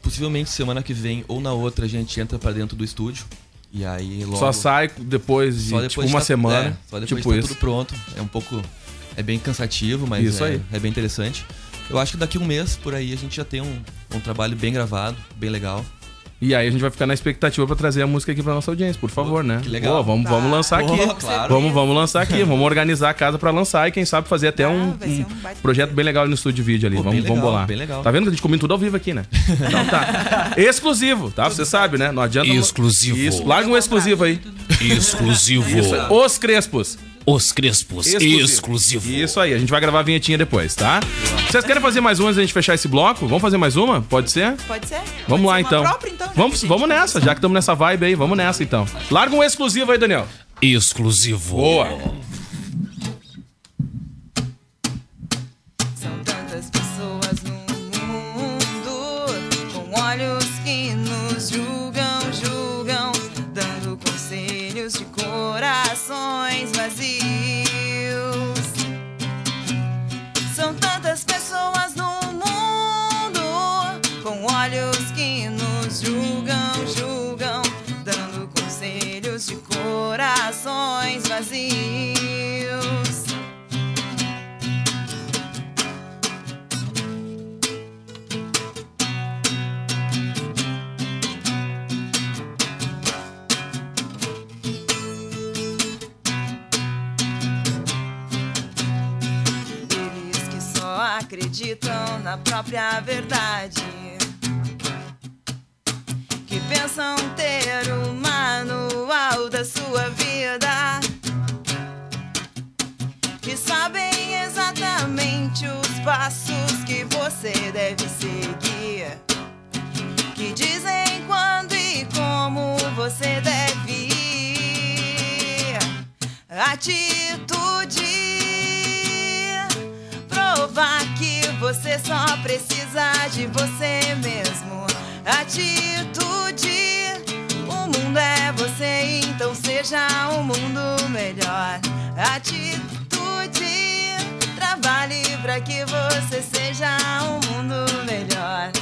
[SPEAKER 5] Possivelmente semana que vem ou na outra a gente entra pra dentro do estúdio. E aí logo.
[SPEAKER 4] Só sai depois de, tipo,
[SPEAKER 5] de
[SPEAKER 4] uma
[SPEAKER 5] tá-
[SPEAKER 4] semana,
[SPEAKER 5] é, só depois
[SPEAKER 4] tipo
[SPEAKER 5] de tá
[SPEAKER 4] isso.
[SPEAKER 5] tudo pronto. É um pouco. É bem cansativo, mas
[SPEAKER 4] Isso
[SPEAKER 5] é,
[SPEAKER 4] aí.
[SPEAKER 5] é bem interessante. Eu acho que daqui um mês, por aí, a gente já tem um, um trabalho bem gravado, bem legal.
[SPEAKER 4] E aí a gente vai ficar na expectativa pra trazer a música aqui pra nossa audiência, por favor, né? Que
[SPEAKER 5] legal.
[SPEAKER 4] vamos, vamos lançar
[SPEAKER 5] Pô,
[SPEAKER 4] aqui.
[SPEAKER 5] claro.
[SPEAKER 4] Vamos, vamos lançar aqui, vamos organizar a casa pra lançar e quem sabe fazer até
[SPEAKER 10] Ah,
[SPEAKER 4] um, um projeto bem legal ali no estúdio de vídeo ali. vamos,
[SPEAKER 5] legal,
[SPEAKER 4] vamos bolar.
[SPEAKER 5] bem legal.
[SPEAKER 4] Tá vendo que a gente comenta tudo ao vivo aqui, né? Então tá. exclusivo, tá? Você sabe, né? Não adianta
[SPEAKER 1] Exclusivo.
[SPEAKER 4] Isso, larga um exclusivo aí.
[SPEAKER 1] Exclusivo.
[SPEAKER 4] Isso, os Crespos.
[SPEAKER 1] Os Crespos. Exclusivo.
[SPEAKER 4] Isso aí, a gente vai gravar a vinhetinha depois, tá? Vocês querem fazer mais uma antes da gente fechar esse bloco? Vamos fazer mais uma? Pode ser?
[SPEAKER 10] Pode ser?
[SPEAKER 4] Vamos lá então.
[SPEAKER 10] né,
[SPEAKER 4] vamos,
[SPEAKER 10] tá
[SPEAKER 4] vamos nessa, já que estamos nessa vibe aí, vamos nessa então. Larga um exclusivo aí, Daniel.
[SPEAKER 1] Exclusivo.
[SPEAKER 4] Boa.
[SPEAKER 10] São tantas pessoas no mundo com olhos que nos julgam, julgam, dando conselhos de corações vazios. corações vazios. Eles que só acreditam na própria verdade. Que pensam ter o manual da sua vida. Que sabem exatamente os passos que você deve seguir. Que dizem quando e como você deve ir. Atitude provar que você só precisa de você mesmo. Atitude, o mundo é você, então seja um mundo melhor. Atitude, trabalhe para que você seja um mundo melhor.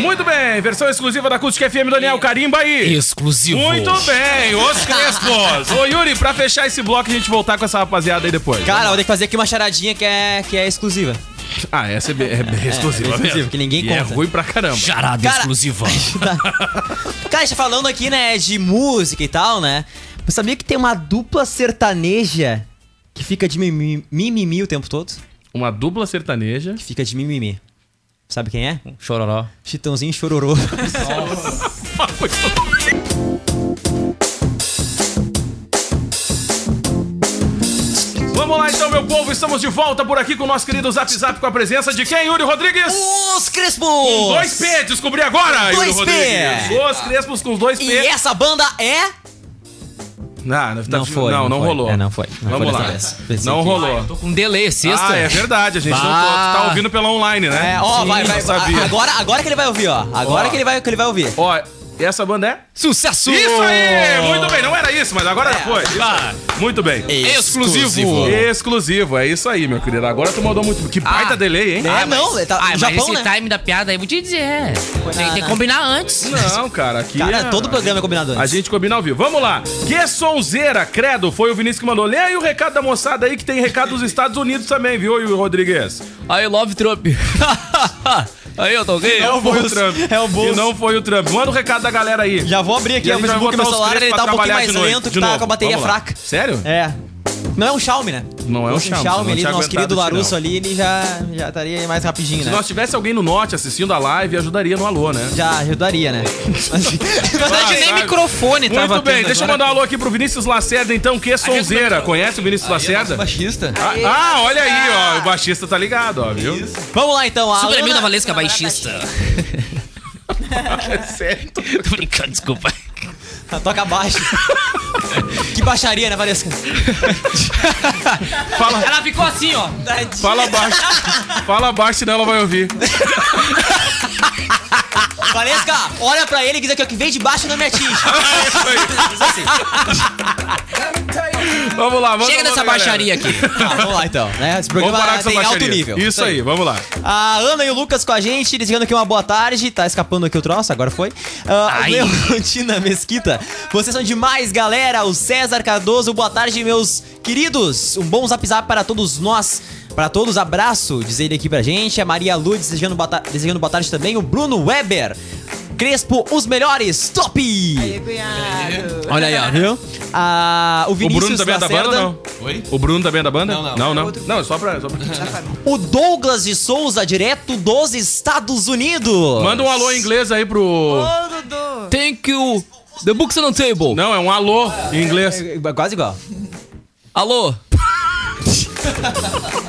[SPEAKER 4] Muito bem, versão exclusiva da Acústica FM, Daniel Carimba aí.
[SPEAKER 11] Exclusivo.
[SPEAKER 4] Muito bem, os Crespos. Ô Yuri, pra fechar esse bloco, a gente voltar com essa rapaziada aí depois.
[SPEAKER 5] Cara, eu vou ter que fazer aqui uma charadinha que é, que é exclusiva.
[SPEAKER 4] Ah, essa é, bem- é bem exclusiva mesmo.
[SPEAKER 5] que ninguém
[SPEAKER 4] E
[SPEAKER 5] conta.
[SPEAKER 4] é ruim pra caramba.
[SPEAKER 11] Charada
[SPEAKER 5] Cara-
[SPEAKER 11] exclusiva.
[SPEAKER 5] Cara, a gente tá falando aqui, né, de música e tal, né? Mas sabia que tem uma dupla sertaneja que fica de mimimi, mimimi o tempo todo?
[SPEAKER 4] Uma dupla sertaneja.
[SPEAKER 5] Que fica de mimimi. Sabe quem é?
[SPEAKER 7] Chororó.
[SPEAKER 5] Chitãozinho e Chororô.
[SPEAKER 4] Vamos lá então, meu povo, estamos de volta por aqui com o nosso querido Zap Zap com a presença de quem, Yuri Rodrigues?
[SPEAKER 5] Os Crespos!
[SPEAKER 4] Com dois P, descobri agora, Yuri
[SPEAKER 5] Dois P.
[SPEAKER 4] Rodrigues. Os Crespos com dois P.
[SPEAKER 5] E essa banda é...
[SPEAKER 4] Ah, tá-
[SPEAKER 5] Não foi,
[SPEAKER 4] Não,
[SPEAKER 5] não
[SPEAKER 4] não
[SPEAKER 5] foi.
[SPEAKER 4] rolou.
[SPEAKER 5] É, não foi. Não
[SPEAKER 4] Vamos
[SPEAKER 5] foi
[SPEAKER 4] lá.
[SPEAKER 5] dessa vez. Pensei
[SPEAKER 4] Não
[SPEAKER 5] que- Ah.
[SPEAKER 4] rolou.
[SPEAKER 7] Tô com um delay, sexta.
[SPEAKER 4] Ah, é verdade, a gente não
[SPEAKER 7] Bah.
[SPEAKER 4] tá, tá ouvindo pela online, né?
[SPEAKER 5] É, ó, vai,
[SPEAKER 4] Sim,
[SPEAKER 5] vai,
[SPEAKER 4] eu sabia.
[SPEAKER 5] a- Agora, agora que ele vai ouvir, ó. Agora
[SPEAKER 4] Ó.
[SPEAKER 5] que ele vai, que ele vai ouvir.
[SPEAKER 4] Ó, e essa banda é?
[SPEAKER 7] Sucesso!
[SPEAKER 4] Isso aí! Muito bem, não era isso, mas agora já foi. Isso aí. Muito bem.
[SPEAKER 7] Exclusivo.
[SPEAKER 4] Exclusivo, é isso aí, meu querido. Agora tu mandou muito. Que baita delay, hein?
[SPEAKER 5] É, não, tá,
[SPEAKER 7] Ah,
[SPEAKER 5] no
[SPEAKER 7] mas
[SPEAKER 5] Japão,
[SPEAKER 7] esse
[SPEAKER 5] né? Ah, tá.
[SPEAKER 7] time da piada aí, vou te dizer. Tem, tem que combinar antes.
[SPEAKER 4] Não, cara, aqui.
[SPEAKER 5] Cara,
[SPEAKER 4] é-
[SPEAKER 5] todo programa é combinado antes.
[SPEAKER 4] A gente combina ao vivo. Vamos lá. Que sonzeira, credo, foi o Vinícius que mandou. Lê aí o recado da moçada aí, que tem recado dos Estados Unidos também, viu, Yuri Rodrigues?
[SPEAKER 7] Aí, Love Trump. aí, eu tô ok?
[SPEAKER 4] Não foi o Trump.
[SPEAKER 5] É o Bolso.
[SPEAKER 4] E não foi o Trump. Manda o recado da galera aí.
[SPEAKER 5] Já vou abrir aqui
[SPEAKER 4] E a
[SPEAKER 5] o
[SPEAKER 4] gente vai botar
[SPEAKER 5] Facebook meu
[SPEAKER 4] os
[SPEAKER 5] celular,
[SPEAKER 4] três
[SPEAKER 5] ele
[SPEAKER 4] pra
[SPEAKER 5] tá um pouquinho
[SPEAKER 4] trabalhar
[SPEAKER 5] mais
[SPEAKER 4] de noite,
[SPEAKER 5] lento,
[SPEAKER 4] de
[SPEAKER 5] que tá
[SPEAKER 4] novo.
[SPEAKER 5] com a bateria
[SPEAKER 4] Vamos lá.
[SPEAKER 5] fraca.
[SPEAKER 4] Sério?
[SPEAKER 5] É. Não é um Xiaomi, né?
[SPEAKER 4] Não é um
[SPEAKER 5] Um
[SPEAKER 4] Xiaomi.
[SPEAKER 5] Xiaomi
[SPEAKER 4] não
[SPEAKER 5] ali,
[SPEAKER 4] tinha
[SPEAKER 5] do nosso
[SPEAKER 4] aguentado
[SPEAKER 5] querido
[SPEAKER 4] esse
[SPEAKER 5] Larusso
[SPEAKER 4] não.
[SPEAKER 5] ali, ele já, já estaria aí mais rapidinho,
[SPEAKER 4] Se
[SPEAKER 5] né?
[SPEAKER 4] nós tivesse alguém no norte assistindo a live, ajudaria no alô, né?
[SPEAKER 5] Já ajudaria, né?
[SPEAKER 7] Na verdade, nem
[SPEAKER 4] sabe.
[SPEAKER 7] microfone
[SPEAKER 4] Muito
[SPEAKER 7] tava
[SPEAKER 4] bem,
[SPEAKER 7] tendo
[SPEAKER 4] deixa eu
[SPEAKER 7] agora.
[SPEAKER 4] mandar um alô aqui pro Vinícius Lacerda, então, que sonzeira. Conhece o Vinícius Lacerda?
[SPEAKER 12] Baixista.
[SPEAKER 4] Ah, ah, olha aí, ó. O baixista tá ligado, ó, viu?
[SPEAKER 5] Vamos lá então, a
[SPEAKER 7] Super
[SPEAKER 5] Alana-
[SPEAKER 7] Emílio da Valesca, baixista.
[SPEAKER 4] É Certo.
[SPEAKER 7] Tô brincando, desculpa.
[SPEAKER 5] Toca baixo. que baixaria, né, Valesca?
[SPEAKER 4] Fala,
[SPEAKER 7] Ela ficou assim, ó.
[SPEAKER 4] fala baixo. Fala baixo, senão ela vai ouvir.
[SPEAKER 5] Valesca, olha pra ele e diz que o que vem de baixo não me atinge. Diz assim.
[SPEAKER 4] Vamos lá, vamos
[SPEAKER 7] Chega
[SPEAKER 4] vamos,
[SPEAKER 7] dessa
[SPEAKER 4] galera.
[SPEAKER 7] baixaria aqui.
[SPEAKER 5] Ah, vamos lá então, né?
[SPEAKER 4] Vamos
[SPEAKER 5] Esse programa
[SPEAKER 4] parar com essa
[SPEAKER 5] tem alto
[SPEAKER 4] baixaria.
[SPEAKER 5] nível.
[SPEAKER 4] Isso aí, vamos lá.
[SPEAKER 5] A Ana e o Lucas com a gente, desejando aqui uma boa tarde. Tá escapando aqui o troço, agora foi. Ah,
[SPEAKER 7] Ai.
[SPEAKER 5] Leontina Mesquita, vocês são demais, galera. O César Cardoso, boa tarde, meus queridos. Um bom zap zap para todos nós. Para todos, abraço, diz ele aqui pra gente. A Maria Lu desejando boa, ta- desejando boa tarde também. O Bruno Weber. Crespo, os melhores, top!
[SPEAKER 10] Cunhado.
[SPEAKER 5] Olha aí, ó, viu? Ah, o
[SPEAKER 4] O
[SPEAKER 5] Vinícius
[SPEAKER 4] Bruno também é da banda
[SPEAKER 5] Lacerda.
[SPEAKER 4] ou não?
[SPEAKER 12] Oi?
[SPEAKER 4] O Bruno também é da banda?
[SPEAKER 12] Não, não.
[SPEAKER 4] Não, não. Não, é só pra. Só pra...
[SPEAKER 5] O Douglas de Souza, direto dos Estados Unidos.
[SPEAKER 4] Manda um alô em inglês aí pro.
[SPEAKER 10] Ô, Dudu.
[SPEAKER 7] Thank you. The books on the table.
[SPEAKER 4] Não, é um alô em inglês.
[SPEAKER 5] É, é Quase igual.
[SPEAKER 7] Alô?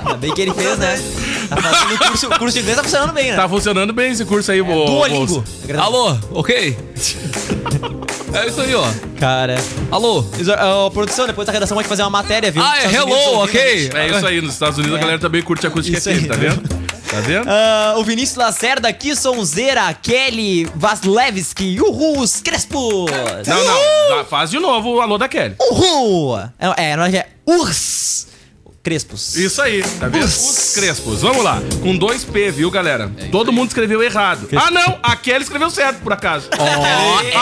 [SPEAKER 5] Ainda bem que ele fez, né? Tá fazendo curso, curso de inglês, tá funcionando bem, né?
[SPEAKER 4] Tá funcionando bem esse curso aí, bo-
[SPEAKER 5] Duolingo.
[SPEAKER 4] bolso. Ah,
[SPEAKER 7] Alô? Ok? É isso aí, ó.
[SPEAKER 5] Cara.
[SPEAKER 7] Alô?
[SPEAKER 5] Isso, é, ó, produção, depois da redação vai fazer uma matéria, viu?
[SPEAKER 7] Ah, é
[SPEAKER 5] Estados
[SPEAKER 7] hello,
[SPEAKER 5] Unidos ouvindo a
[SPEAKER 7] ok?
[SPEAKER 5] gente.
[SPEAKER 4] É isso aí, nos Estados Unidos a galera também curte a acústica
[SPEAKER 5] Isso
[SPEAKER 4] FM,
[SPEAKER 5] aí.
[SPEAKER 4] tá vendo? Tá vendo?
[SPEAKER 5] Ah, o Vinícius Lacerda, Kissonzeira, Kelly Vaslevski, Uhul, os Crespos.
[SPEAKER 4] Não, não. Dá- Faz de novo o alô da Kelly.
[SPEAKER 5] Uhul! É, é, nós é Urs. Crespos.
[SPEAKER 4] Isso aí, tá vendo? Os Crespos. Vamos lá. Com dois P, viu, galera?
[SPEAKER 12] É
[SPEAKER 4] Todo mundo escreveu errado. Ah, não! Aquele escreveu certo, por acaso.
[SPEAKER 5] É.
[SPEAKER 6] Ó,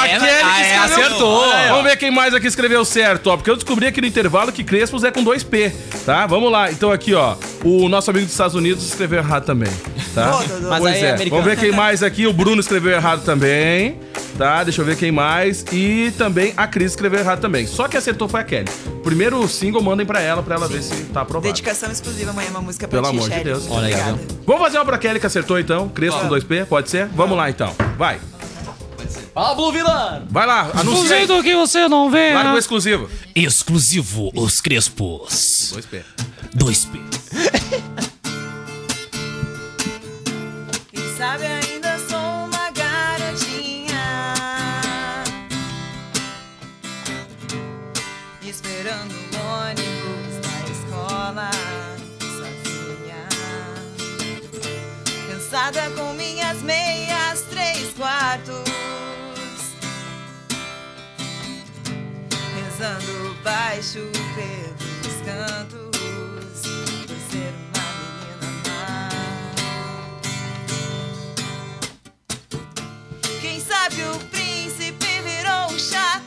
[SPEAKER 4] Aquele
[SPEAKER 6] é, ah, é,
[SPEAKER 4] escreveu-
[SPEAKER 6] acertou.
[SPEAKER 4] Olha aí, ó. Vamos ver quem mais aqui escreveu certo, ó. Porque eu descobri aqui no intervalo que Crespos é com dois P, tá? Vamos lá. Então aqui, ó. O nosso amigo dos Estados Unidos escreveu errado também, tá?
[SPEAKER 5] Ô, Dodô. Mas
[SPEAKER 4] pois
[SPEAKER 5] aí é
[SPEAKER 4] é.
[SPEAKER 5] americano.
[SPEAKER 4] Vamos ver quem mais aqui. O Bruno escreveu errado também, tá? Deixa eu ver quem mais. E também a Cris escreveu errado também. Só que acertou foi a Kelly. Primeiro single, mandem pra ela, pra ela ver se tá aprovado.
[SPEAKER 15] Dedicação exclusiva amanhã, é uma música pra
[SPEAKER 4] Pelo
[SPEAKER 15] ti,
[SPEAKER 4] amor de
[SPEAKER 15] Shelly.
[SPEAKER 4] Deus.
[SPEAKER 15] Obrigada.
[SPEAKER 4] Vamos fazer uma pra Kelly que acertou então. Crespo com 2P, pode ser? Vamos lá então. Vai.
[SPEAKER 5] Pablo Vilar!
[SPEAKER 4] Vai lá, anuncia. aí.
[SPEAKER 16] que você não vê. né?
[SPEAKER 4] Larga o exclusivo.
[SPEAKER 16] Exclusivo, os Crespos.
[SPEAKER 4] 2P.
[SPEAKER 16] 2P.
[SPEAKER 10] Quem sabe ainda sou uma garotinha Esperando o ônibus da escola Sozinha Cansada com minhas meias três quartos Rezando baixo pelos cantos Por ser uma menina má Quem sabe o príncipe virou um chato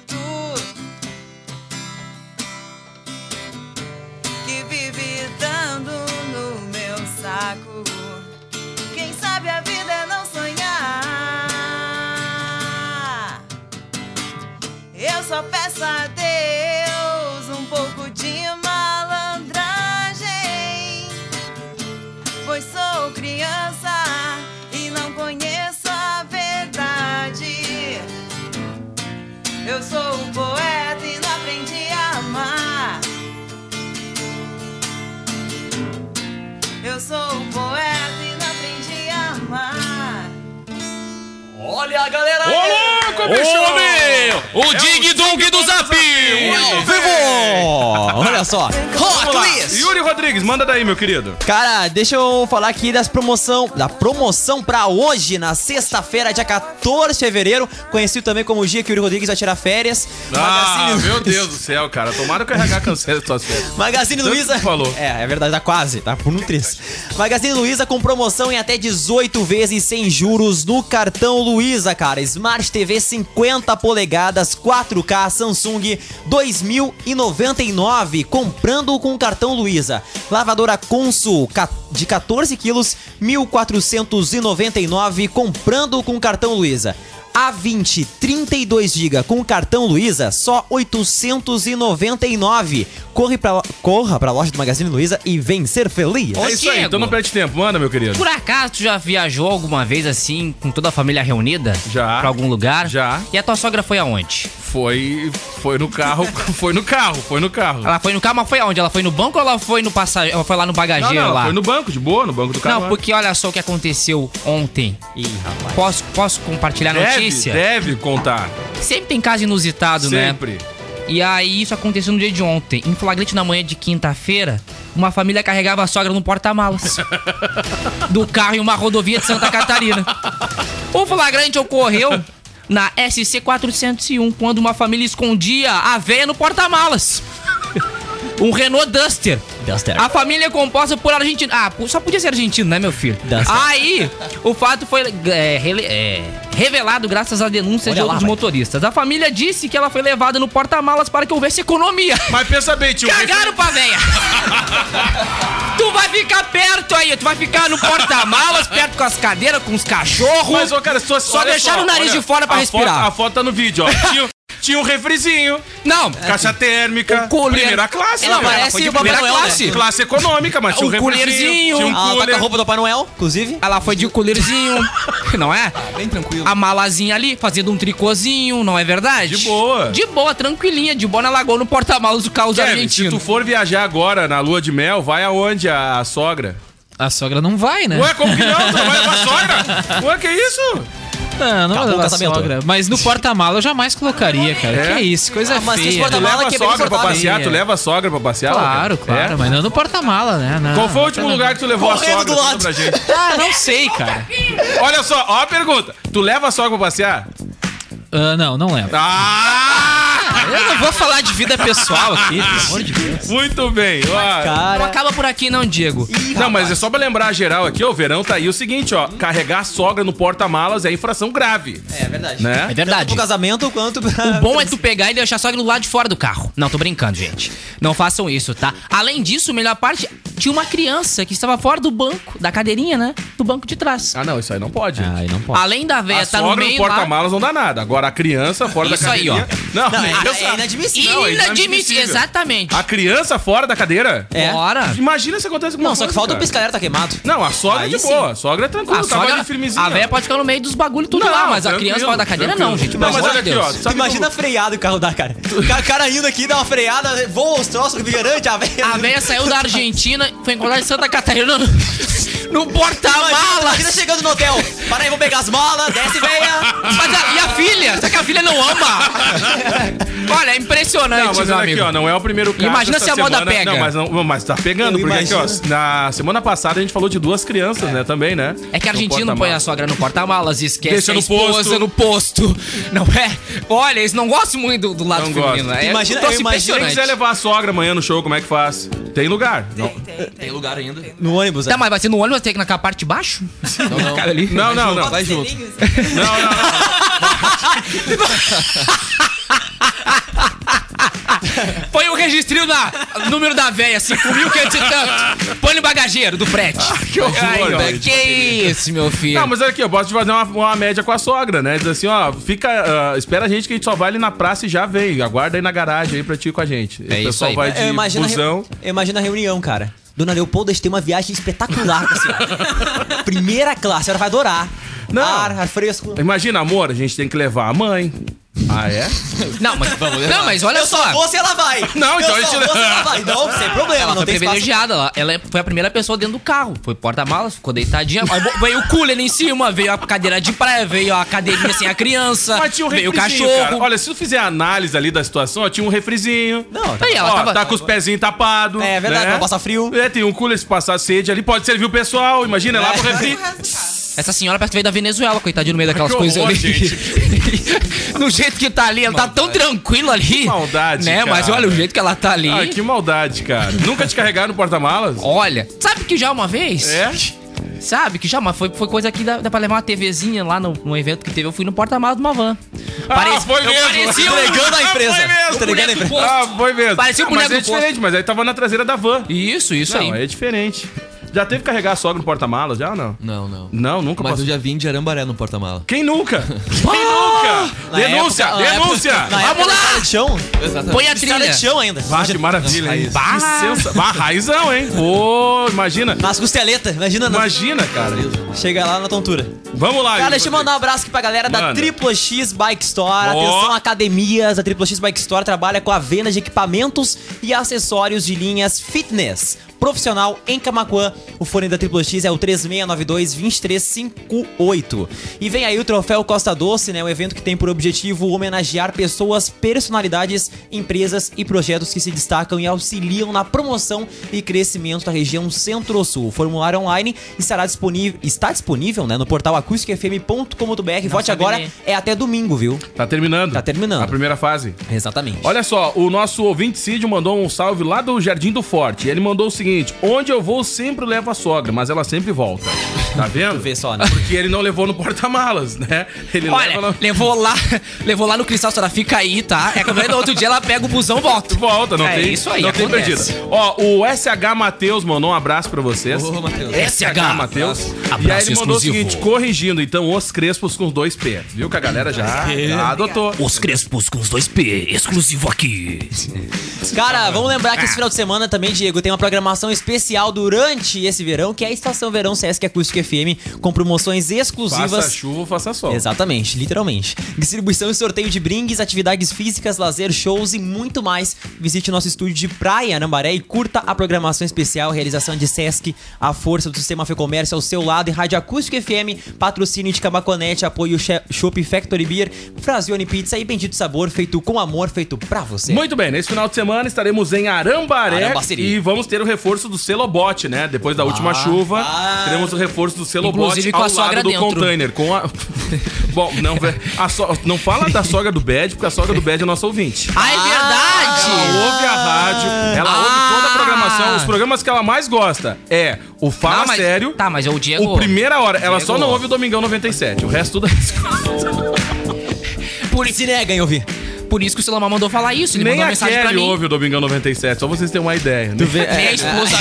[SPEAKER 10] que vive dando no meu saco. Quem sabe a vida é não sonhar. Eu só peço a Deus um pouco de malandragem, pois sou criança e não conheço a verdade. Eu sou um poeta e não aprendi a amar. Eu sou um poeta e não aprendi a amar.
[SPEAKER 5] Olha a galera!
[SPEAKER 4] Ô, É louco,
[SPEAKER 16] bicho!
[SPEAKER 6] Ô, meu! O Dig Dong do Zap!
[SPEAKER 5] Ao vivo! Olha só!
[SPEAKER 4] É. Vamos
[SPEAKER 5] Hot
[SPEAKER 4] lá.
[SPEAKER 5] Wheels!
[SPEAKER 4] Yuri Rodrigues, manda daí, meu querido.
[SPEAKER 5] Cara, deixa eu falar aqui das promoção, da promoção pra hoje, na sexta-feira, dia 14 de fevereiro, conhecido também como o dia que o Yuri Rodrigues vai tirar férias.
[SPEAKER 4] Ah, meu Deus do céu, cara. Tomara que o RH cancele as suas férias.
[SPEAKER 5] Magazine
[SPEAKER 4] Tanto
[SPEAKER 5] Luiza.
[SPEAKER 4] que Falou.
[SPEAKER 5] É, é verdade, tá quase, tá por um tris. Magazine Luiza com promoção em até 18 vezes sem juros no cartão Luiza, cara. Smart TV 50 polegadas, 4K Samsung 2099, comprando com o cartão Luiza. Lavadora Consul ca- de 14 quilos, 1499, comprando com o cartão Luiza. A20 32 GB com o cartão Luiza só 899. Corre pra, corra pra loja do Magazine Luiza e vem ser feliz.
[SPEAKER 6] Ô,
[SPEAKER 4] É isso aí,
[SPEAKER 6] Diego.
[SPEAKER 4] então não perde tempo. Manda, meu querido.
[SPEAKER 6] Por acaso tu já viajou alguma vez assim, com toda a família reunida?
[SPEAKER 4] Já.
[SPEAKER 6] Pra algum lugar?
[SPEAKER 4] Já.
[SPEAKER 6] E a tua sogra foi aonde?
[SPEAKER 4] Foi, foi no carro, foi no carro, foi no carro.
[SPEAKER 6] Ela foi no carro, mas foi aonde? Ela foi no banco ou ela foi no passageiro? Ela foi lá no
[SPEAKER 4] Não,
[SPEAKER 6] bagageiro
[SPEAKER 4] não,
[SPEAKER 6] lá?
[SPEAKER 4] foi no banco, de boa, no banco do carro.
[SPEAKER 6] É Não, porque olha só o que aconteceu ontem. Posso, posso compartilhar a
[SPEAKER 4] deve,
[SPEAKER 6] notícia?
[SPEAKER 4] deve contar.
[SPEAKER 6] Sempre tem caso inusitado, né?
[SPEAKER 4] Sempre.
[SPEAKER 6] E aí isso aconteceu no dia de ontem. Em flagrante na manhã de quinta-feira, uma família carregava a sogra no porta-malas do carro em uma rodovia de Santa Catarina. O flagrante ocorreu na SC 401 quando uma família escondia a veia no porta-malas. Um Renault Duster.
[SPEAKER 5] Duster.
[SPEAKER 6] A família é composta por argentino. Ah, pô, só podia ser argentino, né, meu filho?
[SPEAKER 5] Dá certo.
[SPEAKER 6] Aí, o fato foi é, rele- é, revelado graças à denúncia de
[SPEAKER 5] Olha lá,
[SPEAKER 6] outros
[SPEAKER 5] vai.
[SPEAKER 6] motoristas. A família disse que ela foi levada no porta-malas para que houvesse economia.
[SPEAKER 4] Mas pensa bem, tio.
[SPEAKER 6] Cagaram pra véia! tu vai ficar perto aí, tu vai ficar no porta-malas, perto com as cadeiras, com os cachorros.
[SPEAKER 4] Mas, ô, cara, se tu-
[SPEAKER 6] Só
[SPEAKER 4] olha
[SPEAKER 6] deixaram o nariz
[SPEAKER 4] olha,
[SPEAKER 6] de fora pra
[SPEAKER 4] a
[SPEAKER 6] respirar.
[SPEAKER 4] foto- a foto tá no vídeo, ó. Tinha, tinha um refrizinho,
[SPEAKER 6] Não,
[SPEAKER 4] caixa térmica,
[SPEAKER 6] O É, cooler.
[SPEAKER 4] primeira classe.
[SPEAKER 6] Ela
[SPEAKER 4] cara.
[SPEAKER 6] parece
[SPEAKER 4] Foi de
[SPEAKER 6] Papai
[SPEAKER 4] primeira
[SPEAKER 6] Noel, né?
[SPEAKER 4] classe. Classe econômica, mas tinha um
[SPEAKER 6] O coolerzinho.
[SPEAKER 4] refrizinho, tinha um
[SPEAKER 5] Ela tá com a
[SPEAKER 4] cooler.
[SPEAKER 5] roupa do Papai Noel, inclusive.
[SPEAKER 6] Ela foi de coleirzinho, não é?
[SPEAKER 4] Ah,
[SPEAKER 17] Bem tranquilo.
[SPEAKER 6] A malazinha ali, fazendo um tricôzinho, não é verdade?
[SPEAKER 4] De boa.
[SPEAKER 6] De boa, tranquilinha, de boa na lagoa, no porta-malas do caos
[SPEAKER 4] Kevin, se tu
[SPEAKER 6] argentino.
[SPEAKER 4] for viajar agora na lua de mel, vai aonde a, a sogra?
[SPEAKER 8] A sogra não vai,
[SPEAKER 6] É.
[SPEAKER 8] né?
[SPEAKER 4] Ué, como que não? Tu não vai levar a sogra? Ué, que isso?
[SPEAKER 8] Não, não vai
[SPEAKER 5] Acabou o
[SPEAKER 8] levar a
[SPEAKER 5] casamento.
[SPEAKER 8] sogra. Mas no porta-mala eu jamais colocaria, cara.
[SPEAKER 4] É?
[SPEAKER 8] Que isso, coisa
[SPEAKER 5] Ah, mas tem
[SPEAKER 8] feia. né?
[SPEAKER 5] esse
[SPEAKER 4] Tu
[SPEAKER 5] porta-mala
[SPEAKER 4] leva
[SPEAKER 5] que
[SPEAKER 4] a
[SPEAKER 5] é bem
[SPEAKER 4] sogra pra
[SPEAKER 5] confortável.
[SPEAKER 4] passear? Tu leva a sogra pra passear?
[SPEAKER 8] Claro,
[SPEAKER 4] cara?
[SPEAKER 8] claro,
[SPEAKER 4] É?
[SPEAKER 8] mas não no porta-mala, né? Não,
[SPEAKER 4] Qual foi o
[SPEAKER 8] não,
[SPEAKER 6] Ah.
[SPEAKER 4] último
[SPEAKER 8] não.
[SPEAKER 4] lugar que tu levou
[SPEAKER 5] Correndo
[SPEAKER 4] a sogra?
[SPEAKER 5] do
[SPEAKER 4] Conta
[SPEAKER 5] lado.
[SPEAKER 4] Pra gente.
[SPEAKER 8] Ah, não sei, cara.
[SPEAKER 4] Olha só, ó a pergunta. Tu leva a sogra pra passear?
[SPEAKER 8] Ah, não, não lembro.
[SPEAKER 4] Ah!
[SPEAKER 18] Eu não vou falar de vida pessoal aqui, pelo amor de Deus.
[SPEAKER 4] Muito bem, ó.
[SPEAKER 6] Não acaba por aqui, não, Diego.
[SPEAKER 4] Não, mas é só pra lembrar geral aqui, ó, o verão tá aí o seguinte, ó. Carregar a sogra no porta-malas é infração grave.
[SPEAKER 5] É verdade.
[SPEAKER 4] Né?
[SPEAKER 5] É verdade. Tanto pro casamento quanto
[SPEAKER 6] O bom é tu pegar e deixar só ele do lado de fora do carro. Não, tô brincando, gente. Não façam isso, tá? Além disso, a melhor parte, tinha uma criança que estava fora do banco, da cadeirinha, né? Do banco de trás.
[SPEAKER 4] Ah, não, isso aí não pode. Ah, aí
[SPEAKER 5] não
[SPEAKER 6] Além da véia
[SPEAKER 4] A
[SPEAKER 6] tá no
[SPEAKER 4] sogra no
[SPEAKER 6] meio lá...
[SPEAKER 4] porta-malas não dá nada. Agora a criança fora
[SPEAKER 6] Isso
[SPEAKER 4] da
[SPEAKER 6] aí,
[SPEAKER 4] cadeirinha...
[SPEAKER 6] ó.
[SPEAKER 4] Não,
[SPEAKER 6] Não,
[SPEAKER 4] nem
[SPEAKER 6] é-
[SPEAKER 4] pensar. Não,
[SPEAKER 6] é inadmissível.
[SPEAKER 4] é
[SPEAKER 6] Inadmissível,
[SPEAKER 4] inadmissível.
[SPEAKER 6] exatamente.
[SPEAKER 4] A criança fora da cadeira?
[SPEAKER 6] É. Fora.
[SPEAKER 4] Imagina se acontece com
[SPEAKER 5] Não, só que falta o piscalheiro tá queimado.
[SPEAKER 4] Não, a sogra
[SPEAKER 5] Aí
[SPEAKER 4] é de
[SPEAKER 5] sim.
[SPEAKER 4] boa. A sogra é tranquila.
[SPEAKER 6] A
[SPEAKER 4] tava
[SPEAKER 6] sogra-
[SPEAKER 4] ali firmezinha.
[SPEAKER 6] a véia pode ficar no meio dos bagulhos tudo lá, mas a criança fora da cadeira não, gente.
[SPEAKER 4] Não,
[SPEAKER 6] Pelo
[SPEAKER 4] mas
[SPEAKER 6] amor
[SPEAKER 4] olha
[SPEAKER 6] de
[SPEAKER 4] aqui, ó.
[SPEAKER 6] Deus.
[SPEAKER 4] Sabe
[SPEAKER 5] Imagina freado o carro da cara. O ca- cara indo aqui, dá uma freada, voa os troços refrigerante, a velha.
[SPEAKER 6] A véia saiu da Argentina, foi encontrar em Santa Catarina no, no
[SPEAKER 5] Imagina, imagina
[SPEAKER 6] porta-malas.
[SPEAKER 5] chegando no hotel. Para aí, vou pegar as malas, desce, velha.
[SPEAKER 6] Mas a- e a filha? Será que a filha não ama? Olha, é impressionante,
[SPEAKER 4] Não, mas
[SPEAKER 6] meu
[SPEAKER 4] olha
[SPEAKER 6] amigo.
[SPEAKER 4] aqui, ó, não é o primeiro caso.
[SPEAKER 6] Imagina
[SPEAKER 4] essa
[SPEAKER 6] se a moda
[SPEAKER 4] semana.
[SPEAKER 6] pega.
[SPEAKER 4] Não, mas, não, mas tá pegando,
[SPEAKER 6] Eu
[SPEAKER 4] porque aqui, ó, na semana passada a gente falou de duas crianças, né, também, né?
[SPEAKER 6] É que argentino põe a sogra no porta-malas e esquece
[SPEAKER 4] Deixa
[SPEAKER 6] a
[SPEAKER 4] no
[SPEAKER 6] esposa
[SPEAKER 4] posto.
[SPEAKER 6] no posto. Não é? Olha, eles não gostam muito do, do lado
[SPEAKER 4] Não
[SPEAKER 6] feminino.
[SPEAKER 4] gosta.
[SPEAKER 6] É
[SPEAKER 4] Imagina-
[SPEAKER 6] um troço
[SPEAKER 4] eu imagino-
[SPEAKER 6] impressionante.
[SPEAKER 4] Quem quiser levar a sogra amanhã no show, como é que faz? Tem lugar. Não,
[SPEAKER 5] Tem lugar ainda. No ônibus,
[SPEAKER 6] Tá, mas vai ser no ônibus, vai ter que ir na parte de baixo?
[SPEAKER 5] Não, não.
[SPEAKER 4] não, não. não.
[SPEAKER 5] Vai junto.
[SPEAKER 6] Põe o registrinho na número da véia, 5.500 e tanto. Põe no bagageiro do frete.
[SPEAKER 4] Ah, Que horror, velho.
[SPEAKER 6] Que isso, meu filho.
[SPEAKER 4] Não, mas olha aqui, eu posso te fazer uma, uma média com a sogra, né? Diz assim, ó, fica. ah, espera a gente que a gente só vai ali na praça e já vem. Aguarda aí na garagem aí pra ti ir com a gente. o
[SPEAKER 6] É isso
[SPEAKER 4] pessoal
[SPEAKER 6] aí.
[SPEAKER 4] vai de
[SPEAKER 5] Eu imagino, a reu-
[SPEAKER 4] busão.
[SPEAKER 5] eu imagino a reunião, cara. Dona Leopolda tem uma viagem espetacular com a senhora. Primeira classe, a senhora vai adorar. Ar, ar fresco.
[SPEAKER 4] Imagina, amor, a gente tem que levar a mãe. Ah, é?
[SPEAKER 6] Não, mas, não, mas olha
[SPEAKER 5] eu
[SPEAKER 6] só.
[SPEAKER 5] Só vou se ela vai.
[SPEAKER 4] Ah. Não, então
[SPEAKER 5] eu
[SPEAKER 4] a
[SPEAKER 5] só
[SPEAKER 4] gente-
[SPEAKER 5] vou se ela vai. Não, sem problema,
[SPEAKER 6] Ela
[SPEAKER 5] não
[SPEAKER 6] foi
[SPEAKER 5] tem espaço.
[SPEAKER 6] privilegiada. Ela, ela foi a primeira pessoa dentro do carro. Foi porta-malas, ficou deitadinha. Aí bo- veio o cooler em cima, veio a cadeira de praia, veio a cadeirinha sem a criança,
[SPEAKER 4] Mas tinha um
[SPEAKER 6] veio o
[SPEAKER 4] refrizinho,
[SPEAKER 6] cachorro.
[SPEAKER 4] cara. Olha, se tu fizer a análise ali da situação, ó, tinha um refrizinho.
[SPEAKER 5] Não,
[SPEAKER 6] Aí ela
[SPEAKER 4] ó,
[SPEAKER 6] tava-
[SPEAKER 4] tá com os pezinhos tapados.
[SPEAKER 5] É verdade, pra passar frio.
[SPEAKER 4] É, tem um cooler se passar sede ali, pode servir o pessoal. Imagina, é lá pro refri.
[SPEAKER 6] Essa senhora parece que veio da Venezuela, coitadinha, no meio daquelas
[SPEAKER 4] Que
[SPEAKER 6] coisas
[SPEAKER 4] horror,
[SPEAKER 6] ali. no jeito que tá ali, ela tá tão tranquila ali.
[SPEAKER 4] Que maldade,
[SPEAKER 6] Né? Mas
[SPEAKER 4] cara.
[SPEAKER 6] olha o jeito que ela tá ali.
[SPEAKER 4] Ah, que maldade, cara. Nunca te carregaram no porta-malas?
[SPEAKER 6] Olha, sabe que já uma vez?
[SPEAKER 4] É?
[SPEAKER 6] Sabe que já, mas foi, foi coisa aqui da, da pra levar uma TVzinha lá no, no evento que teve. Eu fui no porta-malas de uma van.
[SPEAKER 4] Ah,
[SPEAKER 6] Parece- eu parecia um-
[SPEAKER 5] Entregando a
[SPEAKER 6] Ah,
[SPEAKER 5] empresa.
[SPEAKER 6] foi mesmo.
[SPEAKER 5] Entregando a
[SPEAKER 6] Boneco
[SPEAKER 5] empresa.
[SPEAKER 6] posto.
[SPEAKER 4] Ah, foi mesmo.
[SPEAKER 6] Parecia o
[SPEAKER 4] ah, mas
[SPEAKER 6] boneco
[SPEAKER 4] é
[SPEAKER 6] do posto.
[SPEAKER 4] diferente, mas aí tava na traseira da van.
[SPEAKER 6] Isso, isso
[SPEAKER 4] não,
[SPEAKER 6] aí.
[SPEAKER 4] é diferente. Já teve que carregar a sogra no porta-malas já ou não?
[SPEAKER 19] Não, não.
[SPEAKER 4] Não, nunca
[SPEAKER 19] Mas eu
[SPEAKER 4] passou.
[SPEAKER 19] já vim de Arambaré no porta-mala.
[SPEAKER 4] Quem nunca? Quem nunca?
[SPEAKER 5] Ah! Na
[SPEAKER 4] Denúncia,
[SPEAKER 5] época- na
[SPEAKER 4] denúncia! Ah,
[SPEAKER 5] época- na época
[SPEAKER 6] Vamos lá!
[SPEAKER 5] da estrada de chão.
[SPEAKER 6] Põe a
[SPEAKER 5] Estrada
[SPEAKER 6] trilha.
[SPEAKER 5] de chão ainda.
[SPEAKER 4] Bah, que maravilha, hein?
[SPEAKER 19] Raiz.
[SPEAKER 4] Bah, sensa... bah, raizão, hein? Pô, imagina.
[SPEAKER 5] Nas costeletas, imagina. não.
[SPEAKER 4] Imagina, cara.
[SPEAKER 5] Chega lá na tontura.
[SPEAKER 4] Vamos lá.
[SPEAKER 5] Cara, deixa eu mandar um abraço aqui pra galera da
[SPEAKER 4] Manda.
[SPEAKER 5] Triplo X Bike
[SPEAKER 4] Ó.
[SPEAKER 5] Store. Atenção, academias. A Triplo X Bike Store trabalha com a venda de equipamentos e acessórios de linhas fitness. Profissional em Camacuã. O fone da Triplo X é o 3692-2358. E vem aí o Troféu Costa Doce, né? Um evento que tem por objetivo homenagear pessoas, personalidades, empresas e projetos que se destacam e auxiliam na promoção e crescimento da região Centro-Sul. O formulário online estará disponível, está disponível né, no portal acústicafm.com.br. Vote
[SPEAKER 6] sabe
[SPEAKER 5] agora,
[SPEAKER 6] nem.
[SPEAKER 5] é até domingo, viu?
[SPEAKER 4] Tá terminando.
[SPEAKER 5] Tá terminando.
[SPEAKER 4] A primeira fase.
[SPEAKER 5] Exatamente.
[SPEAKER 4] Olha só, o nosso ouvinte Cid mandou um salve lá do Jardim do Forte. Ele mandou o seguinte: onde eu vou sempre levo a sogra, mas ela sempre volta. Tá vendo?
[SPEAKER 5] Vê só, né?
[SPEAKER 4] Porque ele não levou no porta-malas, né? Ele
[SPEAKER 6] Olha,
[SPEAKER 4] leva no...
[SPEAKER 6] levou lá, levou lá no cristal, senhora fica aí, tá? É que no outro dia ela pega o busão e volta.
[SPEAKER 4] Volta, não
[SPEAKER 6] É
[SPEAKER 4] tem.
[SPEAKER 6] isso aí,
[SPEAKER 4] não tem perdida.
[SPEAKER 6] acontece.
[SPEAKER 4] Ó, o SH Matheus mandou um abraço pra vocês.
[SPEAKER 19] Ô, Matheus.
[SPEAKER 6] SH,
[SPEAKER 4] Matheus. E aí
[SPEAKER 1] Abraço
[SPEAKER 4] ele mandou o
[SPEAKER 1] exclusivo.
[SPEAKER 4] seguinte, corrigindo, então, os crespos com dois P. Viu que a galera já, já adotou.
[SPEAKER 1] Os Crespos com os dois P, exclusivo aqui.
[SPEAKER 5] Cara, vamos lembrar que esse final de semana também, Diego, tem uma programação especial durante esse verão, que é a Estação Verão Sesc Acústica FM, com promoções
[SPEAKER 4] Faça
[SPEAKER 5] exclusivas.
[SPEAKER 4] chuva, faça sol.
[SPEAKER 5] Exatamente, literalmente. Distribuição e sorteio de brindes, atividades físicas, lazer, shows e muito mais. Visite nosso estúdio de praia em Arambaré e curta a programação especial, realização de Sesc, a força do sistema Fê Comércio ao seu lado e Rádio Acústica FM, patrocínio de Camaconete, apoio Che- Shop Factory Beer, Frazione Pizza e Bendito Sabor, feito com amor, feito pra você.
[SPEAKER 4] Muito bem, nesse final de semana estaremos em Arambaré
[SPEAKER 5] Arambaciri.
[SPEAKER 4] e vamos ter o reforço reforço do Celobot, né? Depois da última chuva, teremos o reforço do Celobot
[SPEAKER 7] Ah, Inclusive com
[SPEAKER 4] ao
[SPEAKER 7] a sogra
[SPEAKER 4] lado do
[SPEAKER 7] dentro.
[SPEAKER 4] container. Com a... Bom, não, velho, a so- não fala da sogra do Bad, porque a sogra do Bad é nossa ouvinte.
[SPEAKER 7] Ah, é verdade!
[SPEAKER 4] Ela ouve a rádio, ela
[SPEAKER 7] Ah.
[SPEAKER 4] ouve toda a programação. Os programas que ela mais gosta é o Fala
[SPEAKER 7] Não, mas-
[SPEAKER 4] Sério.
[SPEAKER 7] Tá, mas é o Diego.
[SPEAKER 4] O Primeira Hora. Ela só
[SPEAKER 7] Diego.
[SPEAKER 4] não ouve o Domingão 97. O resto tudo
[SPEAKER 5] Por se nega em ouvir.
[SPEAKER 7] Por isso que o Silomar mandou falar isso. Ele
[SPEAKER 4] Nem
[SPEAKER 7] mandou
[SPEAKER 4] a
[SPEAKER 7] mensagem pra
[SPEAKER 4] Kelly
[SPEAKER 7] mim.
[SPEAKER 4] ouve É, o Domingão 97. Só vocês terem uma ideia. né? Tu
[SPEAKER 7] Nem
[SPEAKER 6] É,
[SPEAKER 7] a esposa.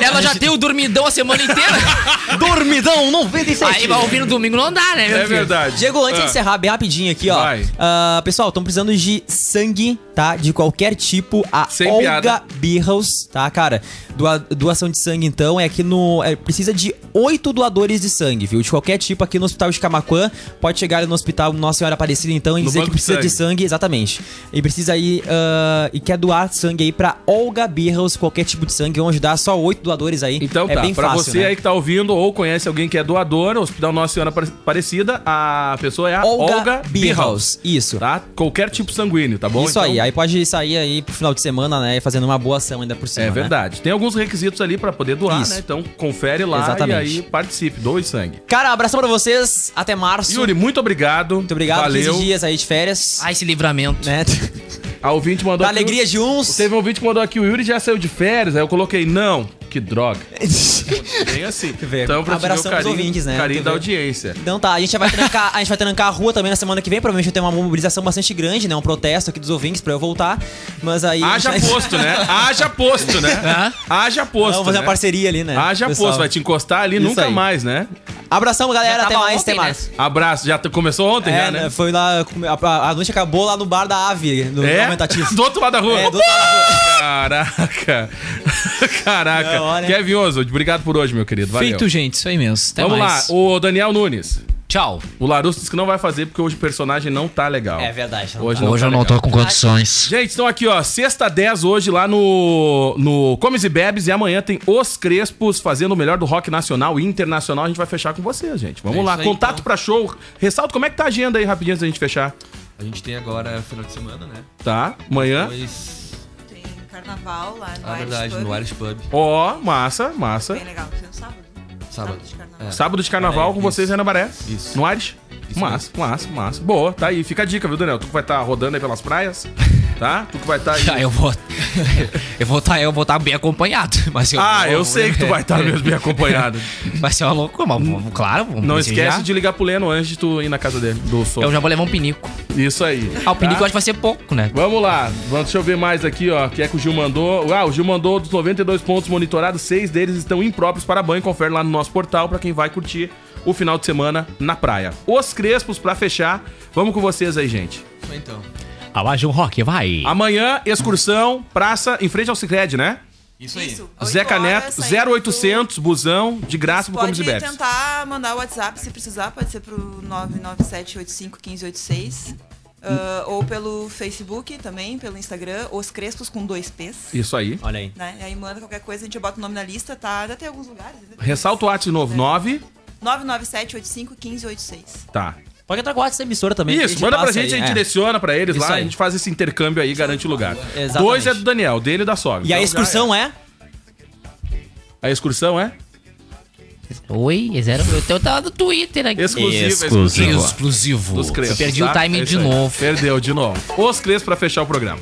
[SPEAKER 7] Ela já tem o dormidão a semana inteira.
[SPEAKER 5] dormidão 96.
[SPEAKER 7] Aí vai ouvir no domingo, não dá,
[SPEAKER 4] É
[SPEAKER 7] né, meu filho?
[SPEAKER 5] Diego,
[SPEAKER 4] Ah.
[SPEAKER 5] antes de encerrar, bem rapidinho aqui, ó.
[SPEAKER 7] Vai.
[SPEAKER 5] Ah, pessoal, estão precisando de sangue, tá? De qualquer tipo. A
[SPEAKER 4] Sem
[SPEAKER 5] Olga
[SPEAKER 4] piada.
[SPEAKER 5] Birros, tá, cara? Doa- doação de sangue, então, é aqui no. é, precisa de oito doadores de sangue, viu? De qualquer tipo aqui no hospital de Camacuã. Pode chegar ali no hospital Nossa Senhora Aparecida, então, e
[SPEAKER 4] No
[SPEAKER 5] dizer
[SPEAKER 4] banco
[SPEAKER 5] que
[SPEAKER 4] de
[SPEAKER 5] precisa de sangue, exatamente. E precisa aí. ah, e quer doar sangue aí pra Olga Birros, qualquer tipo de sangue. Vão ajudar só oito doadores aí.
[SPEAKER 4] Então
[SPEAKER 5] é
[SPEAKER 4] tá,
[SPEAKER 5] bem
[SPEAKER 4] pra
[SPEAKER 5] fácil.
[SPEAKER 4] você
[SPEAKER 5] né?
[SPEAKER 4] aí que tá ouvindo ou conhece alguém que é doador, Hospital Nossa Senhora Apare- Aparecida, a pessoa é a
[SPEAKER 5] Olga
[SPEAKER 4] Olga,
[SPEAKER 5] Birhaus,
[SPEAKER 4] Birhaus.
[SPEAKER 5] Isso.
[SPEAKER 4] Tá? Qualquer tipo sanguíneo, tá bom?
[SPEAKER 5] Isso aí, aí pode sair aí pro final de semana, né? Fazendo uma boa ação ainda por cima.
[SPEAKER 4] É
[SPEAKER 5] né?
[SPEAKER 4] verdade. Tem alguns requisitos ali pra poder doar,
[SPEAKER 5] Isso.
[SPEAKER 4] né? Então confere lá
[SPEAKER 5] Exatamente.
[SPEAKER 4] e aí participe, doe sangue.
[SPEAKER 5] Cara, abração pra vocês. Até março.
[SPEAKER 4] Yuri, muito obrigado. Muito
[SPEAKER 5] obrigado.
[SPEAKER 4] Valeu.
[SPEAKER 5] 15 dias aí de férias.
[SPEAKER 7] Ah, esse livramento.
[SPEAKER 5] Né?
[SPEAKER 4] A ouvinte mandou
[SPEAKER 5] Da alegria de uns.
[SPEAKER 4] Teve um ouvinte que mandou aqui, o Yuri já saiu de férias, aí eu coloquei, não, que droga. Bem assim. Então, pra te ver o
[SPEAKER 5] Abração pros
[SPEAKER 4] carinho,
[SPEAKER 5] ouvintes, né?
[SPEAKER 4] carinho
[SPEAKER 5] Tem
[SPEAKER 4] da
[SPEAKER 5] ver-
[SPEAKER 4] audiência.
[SPEAKER 5] Então tá, a gente vai trancar, a gente vai trancar a rua também na semana que vem. Provavelmente eu tenho uma mobilização bastante grande, né? Um protesto aqui dos ouvintes pra eu voltar. Mas aí.
[SPEAKER 4] Haja posto, né? Haja posto,
[SPEAKER 5] Ah,
[SPEAKER 4] né? Haja posto.
[SPEAKER 5] Vamos fazer
[SPEAKER 4] né?
[SPEAKER 5] uma parceria ali, né?
[SPEAKER 4] Haja
[SPEAKER 5] pessoal?
[SPEAKER 4] posto, vai te encostar ali
[SPEAKER 5] Isso
[SPEAKER 4] nunca
[SPEAKER 5] aí.
[SPEAKER 4] mais, né?
[SPEAKER 5] Abração, galera.
[SPEAKER 7] Já
[SPEAKER 5] Até
[SPEAKER 7] tava
[SPEAKER 5] mais,
[SPEAKER 7] ontem,
[SPEAKER 5] até
[SPEAKER 7] né?
[SPEAKER 5] mais.
[SPEAKER 4] Abraço, já t- começou ontem
[SPEAKER 5] É,
[SPEAKER 4] já, né?
[SPEAKER 5] né? Foi lá. A, a- a noite acabou lá no bar da Ave, no
[SPEAKER 4] É?
[SPEAKER 5] aumentativo.
[SPEAKER 4] Do outro lado da rua.
[SPEAKER 5] É, do outro lado da rua.
[SPEAKER 4] Caraca. Caraca.
[SPEAKER 5] Não, olha.
[SPEAKER 4] Kevin Oswald, obrigado por hoje, meu querido. Valeu.
[SPEAKER 6] Feito, gente. Isso aí mesmo. Até
[SPEAKER 4] Vamos
[SPEAKER 6] mais.
[SPEAKER 4] lá, o Daniel Nunes.
[SPEAKER 7] Tchau.
[SPEAKER 4] O Larusso disse que não vai fazer porque hoje o personagem não tá legal.
[SPEAKER 5] É verdade. não
[SPEAKER 4] Hoje
[SPEAKER 5] tá.
[SPEAKER 4] não
[SPEAKER 11] Hoje
[SPEAKER 4] tá
[SPEAKER 11] eu não
[SPEAKER 4] legal.
[SPEAKER 11] tô com condições.
[SPEAKER 4] Gente, estão aqui, ó, sexta 10 hoje lá no, no Comes e Bebes e amanhã tem Os Crespos fazendo o melhor do rock nacional e internacional. A gente vai fechar com vocês, gente. Vamos
[SPEAKER 12] É
[SPEAKER 4] lá,
[SPEAKER 12] isso aí,
[SPEAKER 4] contato
[SPEAKER 12] então.
[SPEAKER 4] pra show. Ressalto, como é que tá a agenda aí rapidinho antes da gente fechar?
[SPEAKER 12] A gente tem agora final de semana, né?
[SPEAKER 4] Tá, amanhã.
[SPEAKER 12] Depois,
[SPEAKER 10] Tem carnaval lá
[SPEAKER 5] Ah,
[SPEAKER 12] a
[SPEAKER 10] no Irish
[SPEAKER 12] Ah, verdade,
[SPEAKER 10] Pub.
[SPEAKER 12] no Irish Pub.
[SPEAKER 4] Ó, massa, massa.
[SPEAKER 10] Bem legal, tem um sábado.
[SPEAKER 12] Sábado.
[SPEAKER 10] de carnaval.
[SPEAKER 4] Sábado de carnaval
[SPEAKER 12] É,
[SPEAKER 4] com vocês aí na Baré.
[SPEAKER 12] Isso.
[SPEAKER 4] No Ares. Massa, massa, massa. Boa, tá aí. Fica a dica, viu, Daniel? Tu que vai estar rodando aí pelas praias, tá? Tu que vai estar aí.
[SPEAKER 7] Ah, eu vou. eu vou estar eu vou tá bem acompanhado. Mas eu
[SPEAKER 4] ah,
[SPEAKER 7] vou-
[SPEAKER 4] eu sei que
[SPEAKER 12] né?
[SPEAKER 4] tu vai estar mesmo bem acompanhado.
[SPEAKER 7] Vai ser uma loucura, mas vamos- claro. Vamos
[SPEAKER 4] Não
[SPEAKER 7] desejar.
[SPEAKER 4] esquece de ligar pro Leno antes de tu ir na casa dele, do sol.
[SPEAKER 7] Eu já vou levar um pinico.
[SPEAKER 4] Isso aí.
[SPEAKER 7] Ah, o pinico eu
[SPEAKER 4] tá?
[SPEAKER 7] acho que vai ser pouco, né?
[SPEAKER 4] Vamos lá, vamos, deixa eu ver mais aqui, ó. O que é que o Gil mandou? Ah, o Gil mandou dos 92 pontos monitorados, seis deles estão impróprios para banho. Confere lá no nosso portal para quem vai curtir o final de semana na praia. Os Crespos, pra fechar, vamos com vocês aí, gente.
[SPEAKER 12] Só então.
[SPEAKER 11] A laje um rock,
[SPEAKER 4] Ah.
[SPEAKER 11] vai.
[SPEAKER 4] Amanhã, excursão, praça, em frente ao Cicred, né?
[SPEAKER 12] Isso aí.
[SPEAKER 10] Oito
[SPEAKER 4] Zeca
[SPEAKER 10] horas,
[SPEAKER 4] Neto,
[SPEAKER 10] saindo
[SPEAKER 4] 0800, busão, de graça pro Comes
[SPEAKER 10] Pode
[SPEAKER 4] e Bebes.
[SPEAKER 10] tentar mandar o WhatsApp se precisar, pode ser pro 997851586. ah, ou pelo Facebook também, pelo Instagram, Os Crespos com dois P's.
[SPEAKER 4] Isso aí.
[SPEAKER 5] Olha aí.
[SPEAKER 10] Né? E aí manda qualquer coisa, a gente bota o nome na lista, tá? Ainda tem alguns lugares. né?
[SPEAKER 4] Ressalta o WhatsApp de
[SPEAKER 7] É.
[SPEAKER 4] novo, 9.
[SPEAKER 10] 997851586.
[SPEAKER 4] Tá.
[SPEAKER 5] Pode entrar com o WhatsApp da emissora também. é que a
[SPEAKER 4] Isso,
[SPEAKER 5] gente
[SPEAKER 4] manda pra
[SPEAKER 5] passa
[SPEAKER 4] gente, a
[SPEAKER 5] aí,
[SPEAKER 4] gente
[SPEAKER 5] é.
[SPEAKER 4] direciona pra eles
[SPEAKER 5] Isso
[SPEAKER 4] lá,
[SPEAKER 5] aí.
[SPEAKER 4] a gente faz esse intercâmbio aí, garante o lugar.
[SPEAKER 5] Exatamente.
[SPEAKER 4] Dois é do Daniel, dele e da sogra.
[SPEAKER 5] E a
[SPEAKER 4] Então,
[SPEAKER 5] excursão é?
[SPEAKER 4] A excursão é?
[SPEAKER 7] Oi, é zero. Eu tô- Eu tava no Twitter aqui.
[SPEAKER 4] Exclusiva,
[SPEAKER 11] Exclusivo.
[SPEAKER 7] Exclusivo.
[SPEAKER 4] Dos Crespos.
[SPEAKER 7] Eu perdi o
[SPEAKER 4] tá?
[SPEAKER 7] timing
[SPEAKER 4] É
[SPEAKER 7] de
[SPEAKER 4] isso aí.
[SPEAKER 7] novo.
[SPEAKER 4] Perdeu de novo. Os Crespos pra fechar o programa.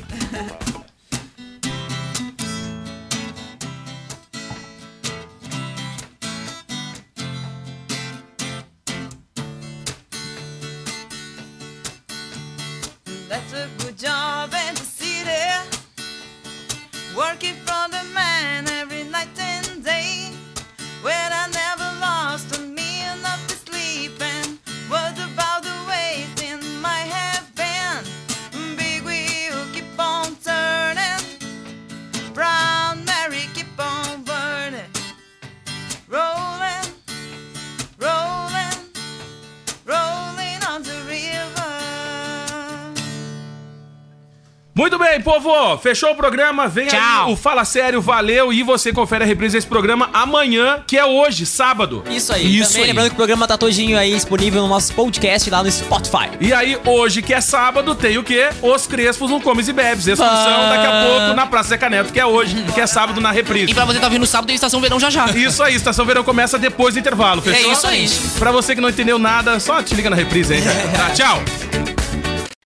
[SPEAKER 10] That's a good job in the city. Working for the man every night and day. Where I never lost a meal of the sleeping. What about the ways in my half been? Big wheel keep on
[SPEAKER 4] Muito bem, povo, fechou o programa, vem aí o Fala Sério, valeu, e você confere a reprise desse programa amanhã, que é hoje, sábado.
[SPEAKER 5] é? Isso aí. Também lembrando que o programa tá todinho aí disponível no nosso podcast lá no Spotify.
[SPEAKER 4] E aí, hoje, que é sábado, tem o quê? Os Crespos no Comes e Bebes. Excursão daqui a pouco na Praça Zeca Neto, que é hoje, que é sábado na reprise.
[SPEAKER 7] E pra você tá vindo sábado, tem Estação Verão já já.
[SPEAKER 4] Isso é aí, Estação Verão começa
[SPEAKER 6] É
[SPEAKER 4] depois do intervalo, fechou?
[SPEAKER 7] isso aí.
[SPEAKER 4] Pra você que não entendeu nada, só te liga na reprise aí. Tá, tchau.